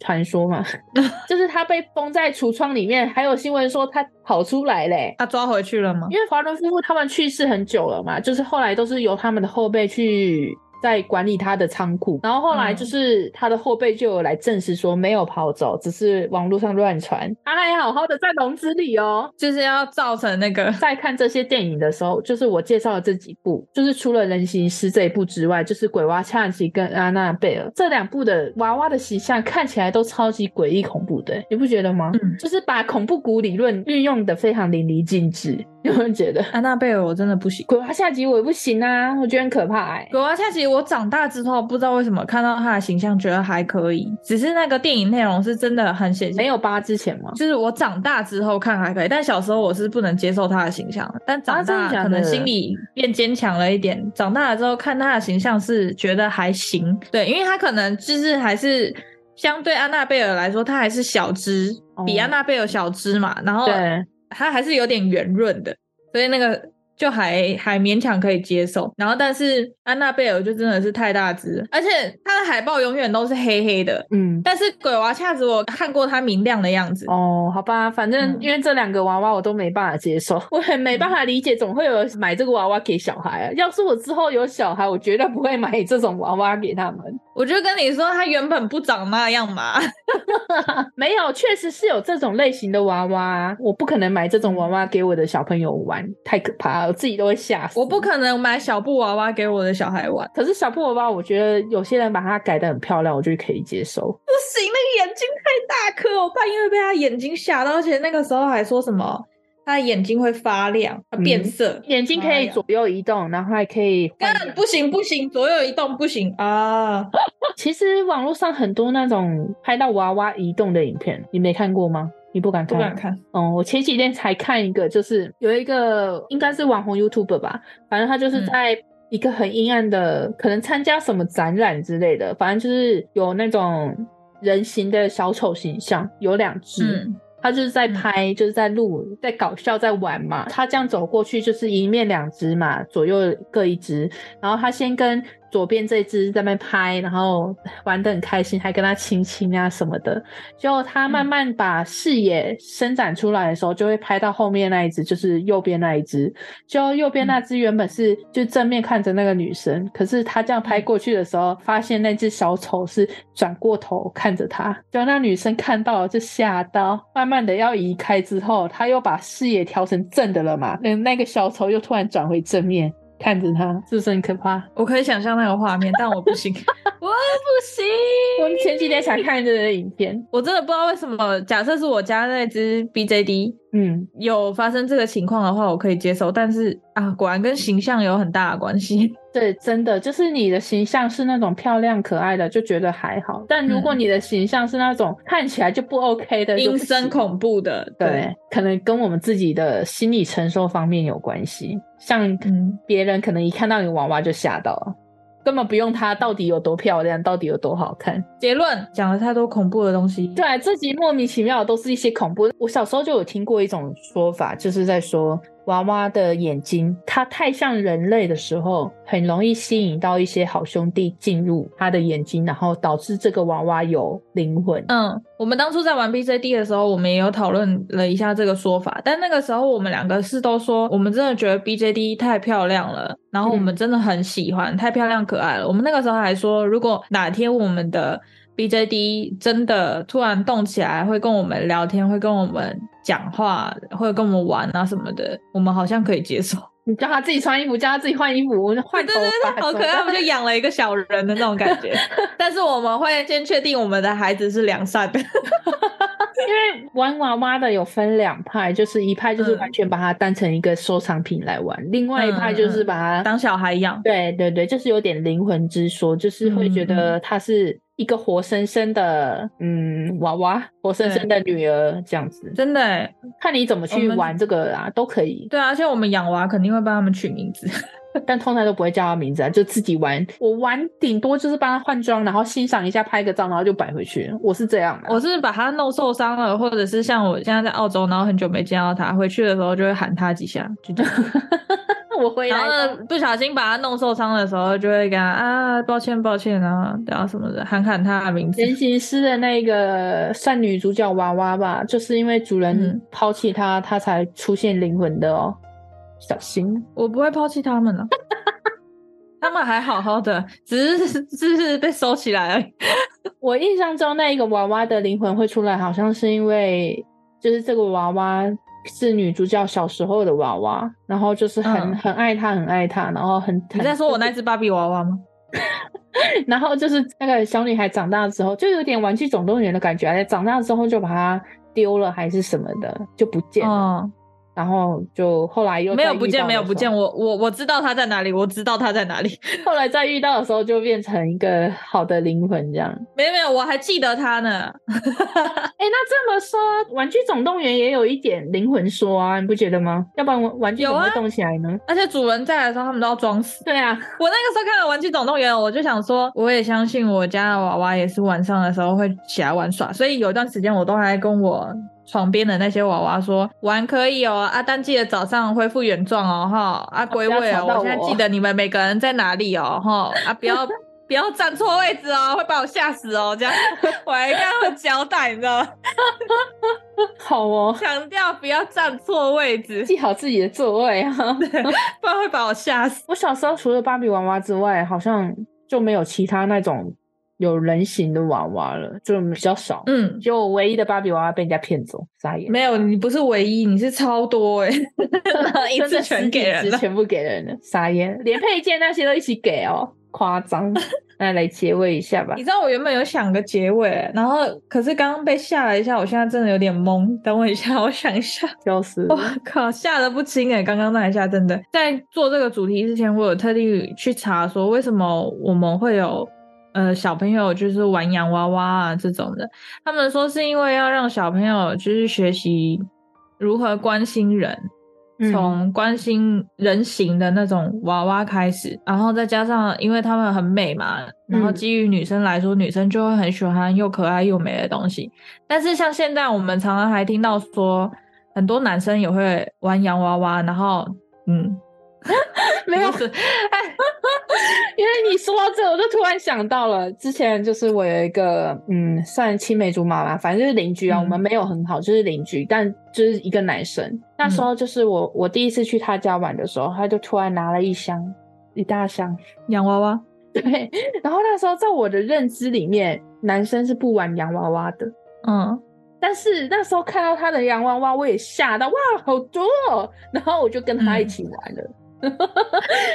[SPEAKER 2] 传说嘛， [LAUGHS] 就是它被封在橱窗里面，还有新闻说它跑出来嘞、
[SPEAKER 1] 他抓回去了吗？
[SPEAKER 2] 因为华伦夫妇他们去世很久了嘛，就是后来都是由他们的后辈去在管理他的仓库，然后后来
[SPEAKER 1] 嗯
[SPEAKER 2] 就是他的后辈就有来证实说没有跑走，只是网络上乱传，他还好好的在笼子里哦。
[SPEAKER 1] 就是要造成那个
[SPEAKER 2] 在看这些电影的时候，就是我介绍的这几部，就是除了《人形师》这一部之外，就是《鬼娃恰奇》跟《安娜贝尔》这两部的娃娃的形象看起来都超级诡异恐怖的，你不觉得吗？
[SPEAKER 1] 嗯
[SPEAKER 2] 就是把恐怖谷理论运用的非常淋漓尽致，你有没有觉得？
[SPEAKER 1] 安娜贝尔，我真的不行。
[SPEAKER 2] 鬼娃下集我也不行啊，我觉得很可怕哎、
[SPEAKER 1] 鬼娃恰吉，我长大之后不知道为什么看到他的形象觉得还可以，只是那个电影内容是真的很血腥。
[SPEAKER 2] 没有八之前吗？
[SPEAKER 1] 就是我长大之后看还可以，但小时候我是不能接受他的形象的。但长
[SPEAKER 2] 啊真的
[SPEAKER 1] 大、
[SPEAKER 2] 假的
[SPEAKER 1] 可能心里变坚强了一点，长大了之后看他的形象是觉得还行。对，因为他可能就是还是相对安娜贝尔来说，他还是小只，比
[SPEAKER 2] 哦
[SPEAKER 1] 安娜贝尔小只嘛，然后
[SPEAKER 2] 对，
[SPEAKER 1] 它还是有点圆润的，所以那个就还还勉强可以接受。然后，但是安娜贝尔就真的是太大只了，而且它的海报永远都是黑黑的。
[SPEAKER 2] 嗯，
[SPEAKER 1] 但是鬼娃恰子我看过它明亮的样子，
[SPEAKER 2] 哦，好吧，反正
[SPEAKER 1] 嗯
[SPEAKER 2] 因为这两个娃娃我都没办法接受， [LAUGHS] 嗯我很没办法理解，总会有人买这个娃娃给小孩、啊。要是我之后有小孩，我绝对不会买这种娃娃给他们。
[SPEAKER 1] 我就跟你说它原本不长那样嘛。 [LAUGHS]
[SPEAKER 2] 没有，确实是有这种类型的娃娃，我不可能买这种娃娃给我的小朋友玩，太可怕了，我自己都会吓死。
[SPEAKER 1] 我不可能买小布娃娃给我的小孩玩，
[SPEAKER 2] 可是小布娃娃，我觉得有些人把它改得很漂亮，我就可以接受。
[SPEAKER 1] 不行，那个眼睛太大颗，我半夜会被他眼睛吓到，而且那个时候还说什么他的眼睛会发亮、它变
[SPEAKER 2] 嗯
[SPEAKER 1] 色。
[SPEAKER 2] 眼睛可
[SPEAKER 1] 妈
[SPEAKER 2] 以
[SPEAKER 1] 呀
[SPEAKER 2] 左右移动，然后还可以换
[SPEAKER 1] 干不行不行，左右移动不行啊！
[SPEAKER 2] 哦其实网络上很多那种拍到娃娃移动的影片，你没看过吗？你不敢
[SPEAKER 1] 不
[SPEAKER 2] 看？
[SPEAKER 1] 敢看。
[SPEAKER 2] 嗯，我前几天才看一个，就是有一个应该是网红 YouTuber 吧，反正他就是
[SPEAKER 1] 嗯
[SPEAKER 2] 在一个很阴暗的，可能参加什么展览之类的，反正就是有那种人形的小丑形象，有两只。
[SPEAKER 1] 嗯，
[SPEAKER 2] 他就是在
[SPEAKER 1] 嗯
[SPEAKER 2] 拍，就是在录，在搞笑，在玩嘛。他这样走过去，就是一面两只嘛，左右各一只。然后他先跟左边这只在那边拍，然后玩得很开心，还跟他亲亲啊什么的。就他慢慢把视野伸展出来的时候，就会拍到后面那一只，就是右边那一只。就右边那只原本是就正面看着那个女生，可是他这样拍过去的时候，发现那只小丑是转过头看着他，就那女生看到了就吓到，慢慢的要移开之后，他又把视野调成正的了嘛，嗯那那个小丑又突然转回正面看着他，是不是很可怕？
[SPEAKER 1] 我可以想象那个画面，但我不
[SPEAKER 2] [LAUGHS]
[SPEAKER 1] 行，我不行。
[SPEAKER 2] 我前几天才看这个影片，
[SPEAKER 1] 我真的不知道为什么，假设是我家那只 BJD
[SPEAKER 2] 嗯，
[SPEAKER 1] 有发生这个情况的话，我可以接受。但是啊，果然跟形象有很大的关
[SPEAKER 2] [LAUGHS]
[SPEAKER 1] 系。
[SPEAKER 2] 对，真的就是你的形象是那种漂亮可爱的，就觉得还好，但如果
[SPEAKER 1] 嗯
[SPEAKER 2] 你的形象是那种看起来就不 OK 的，就
[SPEAKER 1] 阴
[SPEAKER 2] 不
[SPEAKER 1] 森
[SPEAKER 2] 行
[SPEAKER 1] 恐怖的，
[SPEAKER 2] 对，可能跟我们自己的心理承受方面有关系。像
[SPEAKER 1] 嗯
[SPEAKER 2] 别人可能一看到你娃娃就吓到了，根本不用她到底有多漂亮，到底有多好看。
[SPEAKER 1] 结论讲了太多恐怖的东西。
[SPEAKER 2] 对，啊这集莫名其妙的都是一些恐怖。我小时候就有听过一种说法，就是在说娃娃的眼睛，它太像人类的时候，很容易吸引到一些好兄弟进入他的眼睛，然后导致这个娃娃有灵魂。
[SPEAKER 1] 嗯，我们当初在玩 BJD 的时候，我们也有讨论了一下这个说法，但那个时候我们两个是都说，我们真的觉得 BJD 太漂亮了，然后我们真的很喜欢，太漂亮可爱了。我们那个时候还说，如果哪天我们的 BJD 真的突然动起来，会跟我们聊天，会跟我们讲话，会跟我们玩啊什么的，我们好像可以接受。
[SPEAKER 2] 你叫他自己穿衣服，叫他自己换衣服，换头
[SPEAKER 1] 对对
[SPEAKER 2] 发，
[SPEAKER 1] 对，好可爱，我们就养了一个小人的那种感觉。但是我们会先确定我们的孩子是良善的。
[SPEAKER 2] 因为 [LAUGHS] 玩娃娃的有分两派，就是一派就是
[SPEAKER 1] 嗯
[SPEAKER 2] 完全把它当成一个收藏品来玩，另外一派
[SPEAKER 1] 嗯
[SPEAKER 2] 就是把它、
[SPEAKER 1] 当小孩养。
[SPEAKER 2] 对对对，就是有点灵魂之说，就是会
[SPEAKER 1] 嗯
[SPEAKER 2] 觉得它是一个活生生的嗯娃娃，活生生的女儿这样子，
[SPEAKER 1] 真的欸，
[SPEAKER 2] 看你怎么
[SPEAKER 1] 我
[SPEAKER 2] 去
[SPEAKER 1] 们
[SPEAKER 2] 玩这个啊，都可以，
[SPEAKER 1] 对啊，而且我们养娃肯定会帮他们取名字， [LAUGHS]
[SPEAKER 2] 但通常都不会叫它名字啊，就自己玩。我玩顶多就是帮它换装，然后欣赏一下，拍个照，然后就摆回去。我是这样的，
[SPEAKER 1] 我是把它弄受伤了，或者是像我现在在澳洲，然后很久没见到它，回去的时候就会喊它几下，就这样。
[SPEAKER 2] 我回
[SPEAKER 1] 然
[SPEAKER 2] 来
[SPEAKER 1] 后呢，不小心把它弄受伤的时候，就会跟它啊抱歉抱歉啊，然后什么的，喊喊它的名字。
[SPEAKER 2] 人形师的那个算女主角娃娃吧，就是因为主人
[SPEAKER 1] 嗯
[SPEAKER 2] 抛弃她，她才出现灵魂的哦。小心，
[SPEAKER 1] 我不会抛弃它 [LAUGHS] 们的、啊他们还好好的，只是只是被收起来而已。
[SPEAKER 2] 我印象中那一个娃娃的灵魂会出来，好像是因为就是这个娃娃是女主角小时候的娃娃，然后就是很、
[SPEAKER 1] 嗯
[SPEAKER 2] 很爱她，很爱她，然后很
[SPEAKER 1] 你在
[SPEAKER 2] 很
[SPEAKER 1] 说我那只芭比娃娃吗？
[SPEAKER 2] [LAUGHS] 然后就是那个小女孩长大之后，就有点《玩具总动员》的感觉啊，长大之后就把她丢了还是什么的，就不见了。
[SPEAKER 1] 哦，
[SPEAKER 2] 然后就后来又
[SPEAKER 1] 没有
[SPEAKER 2] 再
[SPEAKER 1] 不
[SPEAKER 2] 遇
[SPEAKER 1] 见，
[SPEAKER 2] 到
[SPEAKER 1] 没有
[SPEAKER 2] 的
[SPEAKER 1] 不
[SPEAKER 2] 时候
[SPEAKER 1] 见，我我我知道它在哪里，我知道它在哪里。 [LAUGHS]
[SPEAKER 2] [LAUGHS] 后来再遇到的时候，就变成一个好的灵魂这样。
[SPEAKER 1] 没有没有，我还记得他呢。
[SPEAKER 2] 哎，那这么说，《玩具总动员》也有一点灵魂说啊，你不觉得吗？要不然玩玩具怎
[SPEAKER 1] 有
[SPEAKER 2] 么会
[SPEAKER 1] 啊
[SPEAKER 2] 动起来呢？
[SPEAKER 1] 而且主人在的时候，他们都要装死。
[SPEAKER 2] 对啊，
[SPEAKER 1] 我
[SPEAKER 2] [LAUGHS]
[SPEAKER 1] 那个时候看了《玩具总动员》，我就想说，我也相信我家的娃娃也是晚上的时候会起来玩耍，所以有一段时间我都还跟我床边的那些娃娃说，玩可以哦，啊，但记得早上恢复原状哦，哈，啊，归
[SPEAKER 2] 不
[SPEAKER 1] 位
[SPEAKER 2] 要
[SPEAKER 1] 哦
[SPEAKER 2] 吵，到
[SPEAKER 1] 现在
[SPEAKER 2] 我
[SPEAKER 1] 记得你们每个人在哪里哦，哈，啊，不
[SPEAKER 2] [LAUGHS]
[SPEAKER 1] 要不要站错位置哦，会把我吓死哦，这样我还跟他们交代，你知道吗？
[SPEAKER 2] 好哦，
[SPEAKER 1] 强调不要站错位置，
[SPEAKER 2] 记好自己的座位啊。 [LAUGHS]
[SPEAKER 1] 不然会把我吓死。
[SPEAKER 2] 我小时候除了芭比娃娃之外，好像就没有其他那种有人形的娃娃了，就比较少。
[SPEAKER 1] 嗯，
[SPEAKER 2] 就我唯一的芭比娃娃被人家骗走，傻眼。
[SPEAKER 1] 没有，你不是唯一，你是超多
[SPEAKER 2] [LAUGHS]
[SPEAKER 1] 哎、欸，一
[SPEAKER 2] 真的
[SPEAKER 1] 次全
[SPEAKER 2] 十
[SPEAKER 1] 给
[SPEAKER 2] 几
[SPEAKER 1] 人
[SPEAKER 2] 只
[SPEAKER 1] 了。
[SPEAKER 2] 全部给人了，傻眼，连配件那些都一起给哦，夸
[SPEAKER 1] [LAUGHS]
[SPEAKER 2] 张。那来结尾一下吧
[SPEAKER 1] 你。知道我原本有想个结尾，然后可是刚刚被吓了一下，我现在真的有点懵。等我一下，我想一下。 [LAUGHS]
[SPEAKER 2] 就是
[SPEAKER 1] 我靠，吓得不轻哎、刚刚那一下真的。在做这个主题之前，我有特地去查说为什么我们会有呃小朋友就是玩洋娃娃啊这种的，他们说是因为要让小朋友就是学习如何关心人，
[SPEAKER 2] 嗯
[SPEAKER 1] 从关心人形的那种娃娃开始，然后再加上因为他们很美嘛，然后
[SPEAKER 2] 嗯
[SPEAKER 1] 基于女生来说，女生就会很喜欢又可爱又美的东西。但是像现在我们常常还听到说，很多男生也会玩洋娃娃，然后嗯， [LAUGHS]
[SPEAKER 2] 没有
[SPEAKER 1] 不，是
[SPEAKER 2] 因为你说到这，我就突然想到了，之前就是我有一个嗯，算青梅竹马啦，反正就是邻居啊，
[SPEAKER 1] 嗯
[SPEAKER 2] 我们没有很好，就是邻居，但就是一个男生。那时候就是我我第一次去他家玩的时候，他就突然拿了一箱一大箱，
[SPEAKER 1] [LAUGHS] 洋娃娃，
[SPEAKER 2] 对。然后那时候在我的认知里面，男生是不玩洋娃娃的。
[SPEAKER 1] 嗯，
[SPEAKER 2] 但是那时候看到他的洋娃娃，我也吓到，哇，好多、哦！然后我就跟他一起玩了。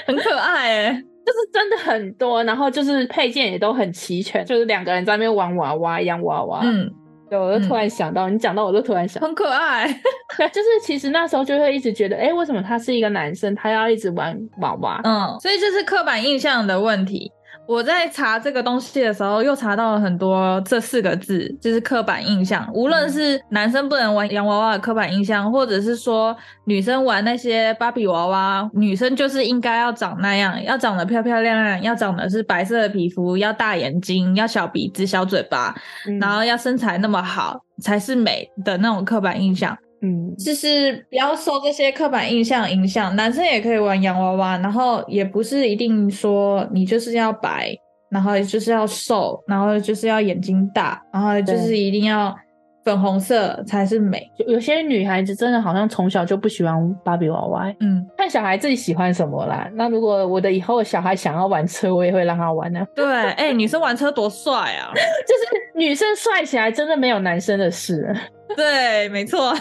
[SPEAKER 1] 很可爱哎、
[SPEAKER 2] 就是真的很多，然后就是配件也都很齐全，就是两个人在那边玩娃娃、洋娃娃。，
[SPEAKER 1] 嗯，
[SPEAKER 2] 对，我就
[SPEAKER 1] 嗯
[SPEAKER 2] 突然想到，你讲到我就突然想到，
[SPEAKER 1] 很可爱，
[SPEAKER 2] [LAUGHS] 就是其实那时候就会一直觉得，哎，为什么他是一个男生，他要一直玩娃娃？
[SPEAKER 1] 嗯，所以这是刻板印象的问题。我在查这个东西的时候，又查到了很多这四个字，就是刻板印象。无论是男生不能玩洋娃娃的刻板印象，或者是说女生玩那些芭比娃娃，女生就是应该要长那样，要长得漂漂亮亮，要长的是白色的皮肤，要大眼睛，要小鼻子、小嘴巴，
[SPEAKER 2] 嗯
[SPEAKER 1] 然后要身材那么好才是美的那种刻板印象。
[SPEAKER 2] 嗯，
[SPEAKER 1] 就是不要受这些刻板印象影响，男生也可以玩洋娃娃，然后也不是一定说你就是要白，然后就是要瘦，然后就是要眼睛大，然后就是
[SPEAKER 2] 对
[SPEAKER 1] 一定要粉红色才是美。
[SPEAKER 2] 就有些女孩子真的好像从小就不喜欢芭比娃娃，
[SPEAKER 1] 嗯，
[SPEAKER 2] 看小孩自己喜欢什么啦。那如果我的以后小孩想要玩车，我也会让他玩啊。
[SPEAKER 1] 对，哎、女生玩车多帅 [LAUGHS] 啊！
[SPEAKER 2] [LAUGHS] 就是女生帅起来真的没有男生的事。 [LAUGHS]
[SPEAKER 1] 对，没错，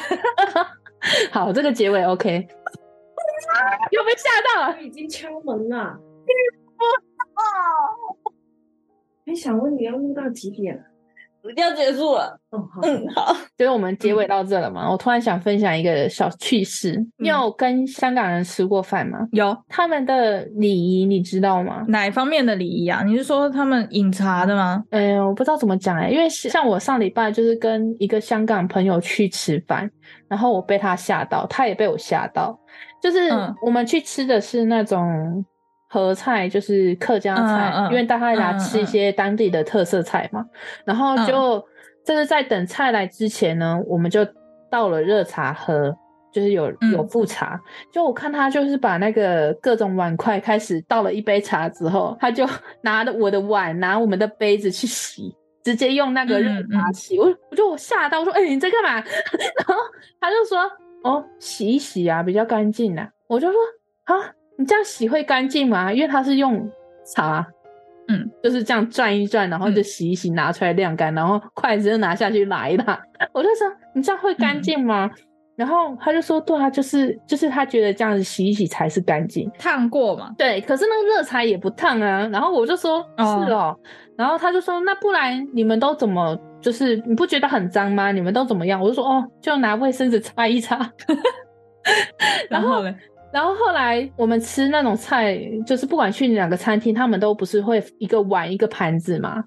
[SPEAKER 2] 好，这个结尾 OK。有被吓到了？
[SPEAKER 3] 我已经敲门了。哎，想问你要录到几点？
[SPEAKER 1] [LAUGHS] 要结束了。
[SPEAKER 3] 哦，好，
[SPEAKER 1] 嗯，好，
[SPEAKER 2] 就是我们
[SPEAKER 1] 嗯
[SPEAKER 2] 结尾到这了嘛，我突然想分享一个小趣事。
[SPEAKER 1] 嗯
[SPEAKER 2] 你有跟香港人吃过饭吗？
[SPEAKER 1] 有
[SPEAKER 2] 他们的礼仪你知道吗？
[SPEAKER 1] 哪方面的礼仪啊？你是说他们饮茶的吗？
[SPEAKER 2] 嗯、我不知道怎么讲哎、因为是像我上礼拜就是跟一个香港朋友去吃饭，然后我被他吓到，他也被我吓到。就是
[SPEAKER 1] 嗯
[SPEAKER 2] 我们去吃的是那种合菜，就是客家菜，
[SPEAKER 1] 嗯嗯
[SPEAKER 2] 因为大家来
[SPEAKER 1] 嗯嗯嗯
[SPEAKER 2] 吃一些当地的特色菜嘛。然后就、这是在等菜来之前呢，我们就倒了热茶喝，就是有有
[SPEAKER 1] 嗯
[SPEAKER 2] 副茶。就我看他就是把那个各种碗筷开始倒了一杯茶之后，他就 [LAUGHS] 拿着我的碗，拿我们的杯子去洗。直接用那个热
[SPEAKER 1] 嗯嗯
[SPEAKER 2] 茶洗，我我就我吓到，我说：“哎、你在干嘛？” [LAUGHS] 然后他就说：“哦，洗一洗啊，比较干净啊。”我就说：“啊，你这样洗会干净吗？因为它是用茶，
[SPEAKER 1] 嗯，
[SPEAKER 2] 就是这样转一转，然后就洗一洗，拿出来晾干，然后筷子就拿下去拉一拉。 [LAUGHS] 我就说你这样会
[SPEAKER 1] 嗯
[SPEAKER 2] 干净吗？然后他就说对啊，就是就是他觉得这样子洗一洗才是干净。
[SPEAKER 1] 烫过嘛？
[SPEAKER 2] 对，可是那个热茶也不烫啊。然后我就说
[SPEAKER 1] 哦
[SPEAKER 2] 是哦，然后他就说那不然你们都怎么？就是你不觉得很脏吗？你们都怎么样？我就说哦，就拿卫生纸擦一擦。
[SPEAKER 1] 然后嘞，
[SPEAKER 2] 然后后来我们吃那种菜，就是不管去哪个餐厅，他们都不是会一个碗一个盘子嘛，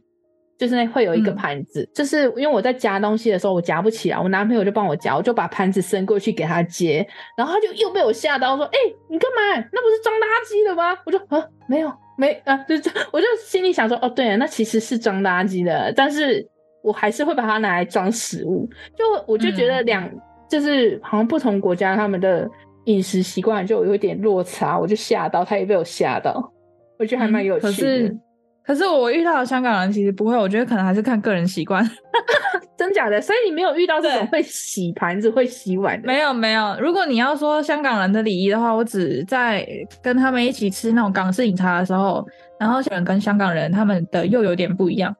[SPEAKER 2] 就是那会有一个
[SPEAKER 1] 嗯
[SPEAKER 2] 盘子，就是因为我在夹东西的时候我夹不起来，我男朋友就帮我夹，我就把盘子伸过去给他接，然后他就又被我吓到，说：“哎、你干嘛？那不是装垃圾的吗？”我就啊，没有，没啊，就就我就心里想说：“哦，对啊，那其实是装垃圾的，但是我还是会把它拿来装食物。”就我就觉得
[SPEAKER 1] 嗯
[SPEAKER 2] 两、就是好像不同国家他们的饮食习惯就有一点落差，我就吓到，他也被我吓到，我觉得还蛮有
[SPEAKER 1] 嗯
[SPEAKER 2] 趣
[SPEAKER 1] 可
[SPEAKER 2] 的。
[SPEAKER 1] 是，可是我遇到的香港人其实不会，我觉得可能还是看个人习惯。
[SPEAKER 2] 真假的，所以你没有遇到这种
[SPEAKER 1] 对
[SPEAKER 2] 会洗盘子、会洗碗的，
[SPEAKER 1] 没有没有，如果你要说香港人的礼仪的话，我只在跟他们一起吃那种港式饮茶的时候，然后想跟香港人他们的又有点不一样。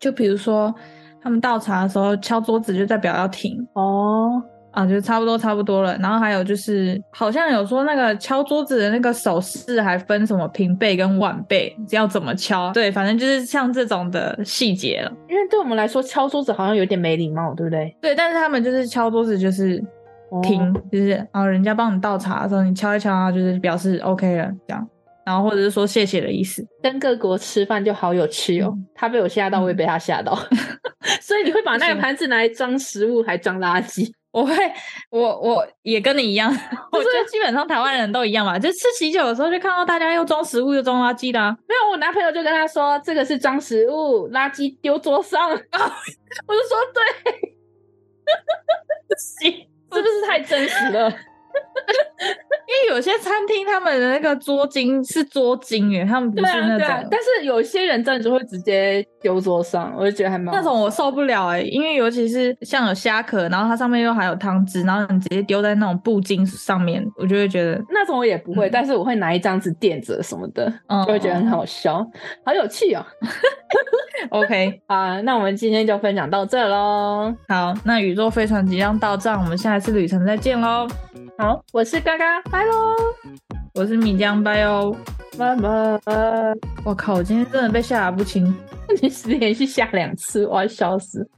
[SPEAKER 1] 就比如说，他们倒茶的时候敲桌子就代表要停
[SPEAKER 2] 哦，
[SPEAKER 1] 啊，就差不多差不多了。然后还有就是，好像有说那个敲桌子的那个手势还分什么平辈跟晚辈，要怎么敲？对，反正就是像这种的细节了。
[SPEAKER 2] 因为对我们来说敲桌子好像有点没礼貌，对不对？
[SPEAKER 1] 对，但是他们就是敲桌子，就是
[SPEAKER 2] 哦
[SPEAKER 1] 哦停，就是啊，人家帮你倒茶的时候，你敲一敲，啊，就是表示 OK 了，这样。然后或者是说谢谢的意思。
[SPEAKER 2] 跟各国吃饭就好有趣哦。他被我吓到，我也被他 [LAUGHS] 吓到。所以你会把那个盘子拿来装食物，还装垃圾？
[SPEAKER 1] 我会，我我也跟你一样，我觉得基本上台湾人都一样吧，就吃喜酒的时候就看到大家又装食物又装垃圾的、啊，
[SPEAKER 2] [LAUGHS] 没有，我男朋友就跟他说这个是装食物，垃圾丢桌 [LAUGHS] 上。然后我就说对，
[SPEAKER 1] [LAUGHS] 是
[SPEAKER 2] 是不是太真实了？
[SPEAKER 1] 因为有些餐厅他们的那个桌巾是桌巾耶，他们不
[SPEAKER 2] 对
[SPEAKER 1] 是
[SPEAKER 2] 啊，
[SPEAKER 1] 那
[SPEAKER 2] 对
[SPEAKER 1] 种。
[SPEAKER 2] 啊。但是有些人真的就会直接丢桌上，我就觉得还蛮
[SPEAKER 1] 那种我受不了哎、因为尤其是像有虾壳，然后它上面又还有汤汁，然后你直接丢在那种布巾上面，我就会觉得，
[SPEAKER 2] 那种我也不会，
[SPEAKER 1] 嗯
[SPEAKER 2] 但是我会拿一张纸垫着什么的，
[SPEAKER 1] 嗯，
[SPEAKER 2] 就会觉得很好笑，好有趣哦。
[SPEAKER 1] OK。
[SPEAKER 2] 啊，那我们今天就分享到这喽。
[SPEAKER 1] 好，那宇宙飞船即将到站，我们下一次旅程再见喽！
[SPEAKER 2] 好，我是嘎嘎，拜喽，
[SPEAKER 1] 我是米江拜哦。
[SPEAKER 2] 拜拜。 [LAUGHS]
[SPEAKER 1] 我靠，我今天真的被吓得不轻。
[SPEAKER 2] 你连续下两次，我要笑死。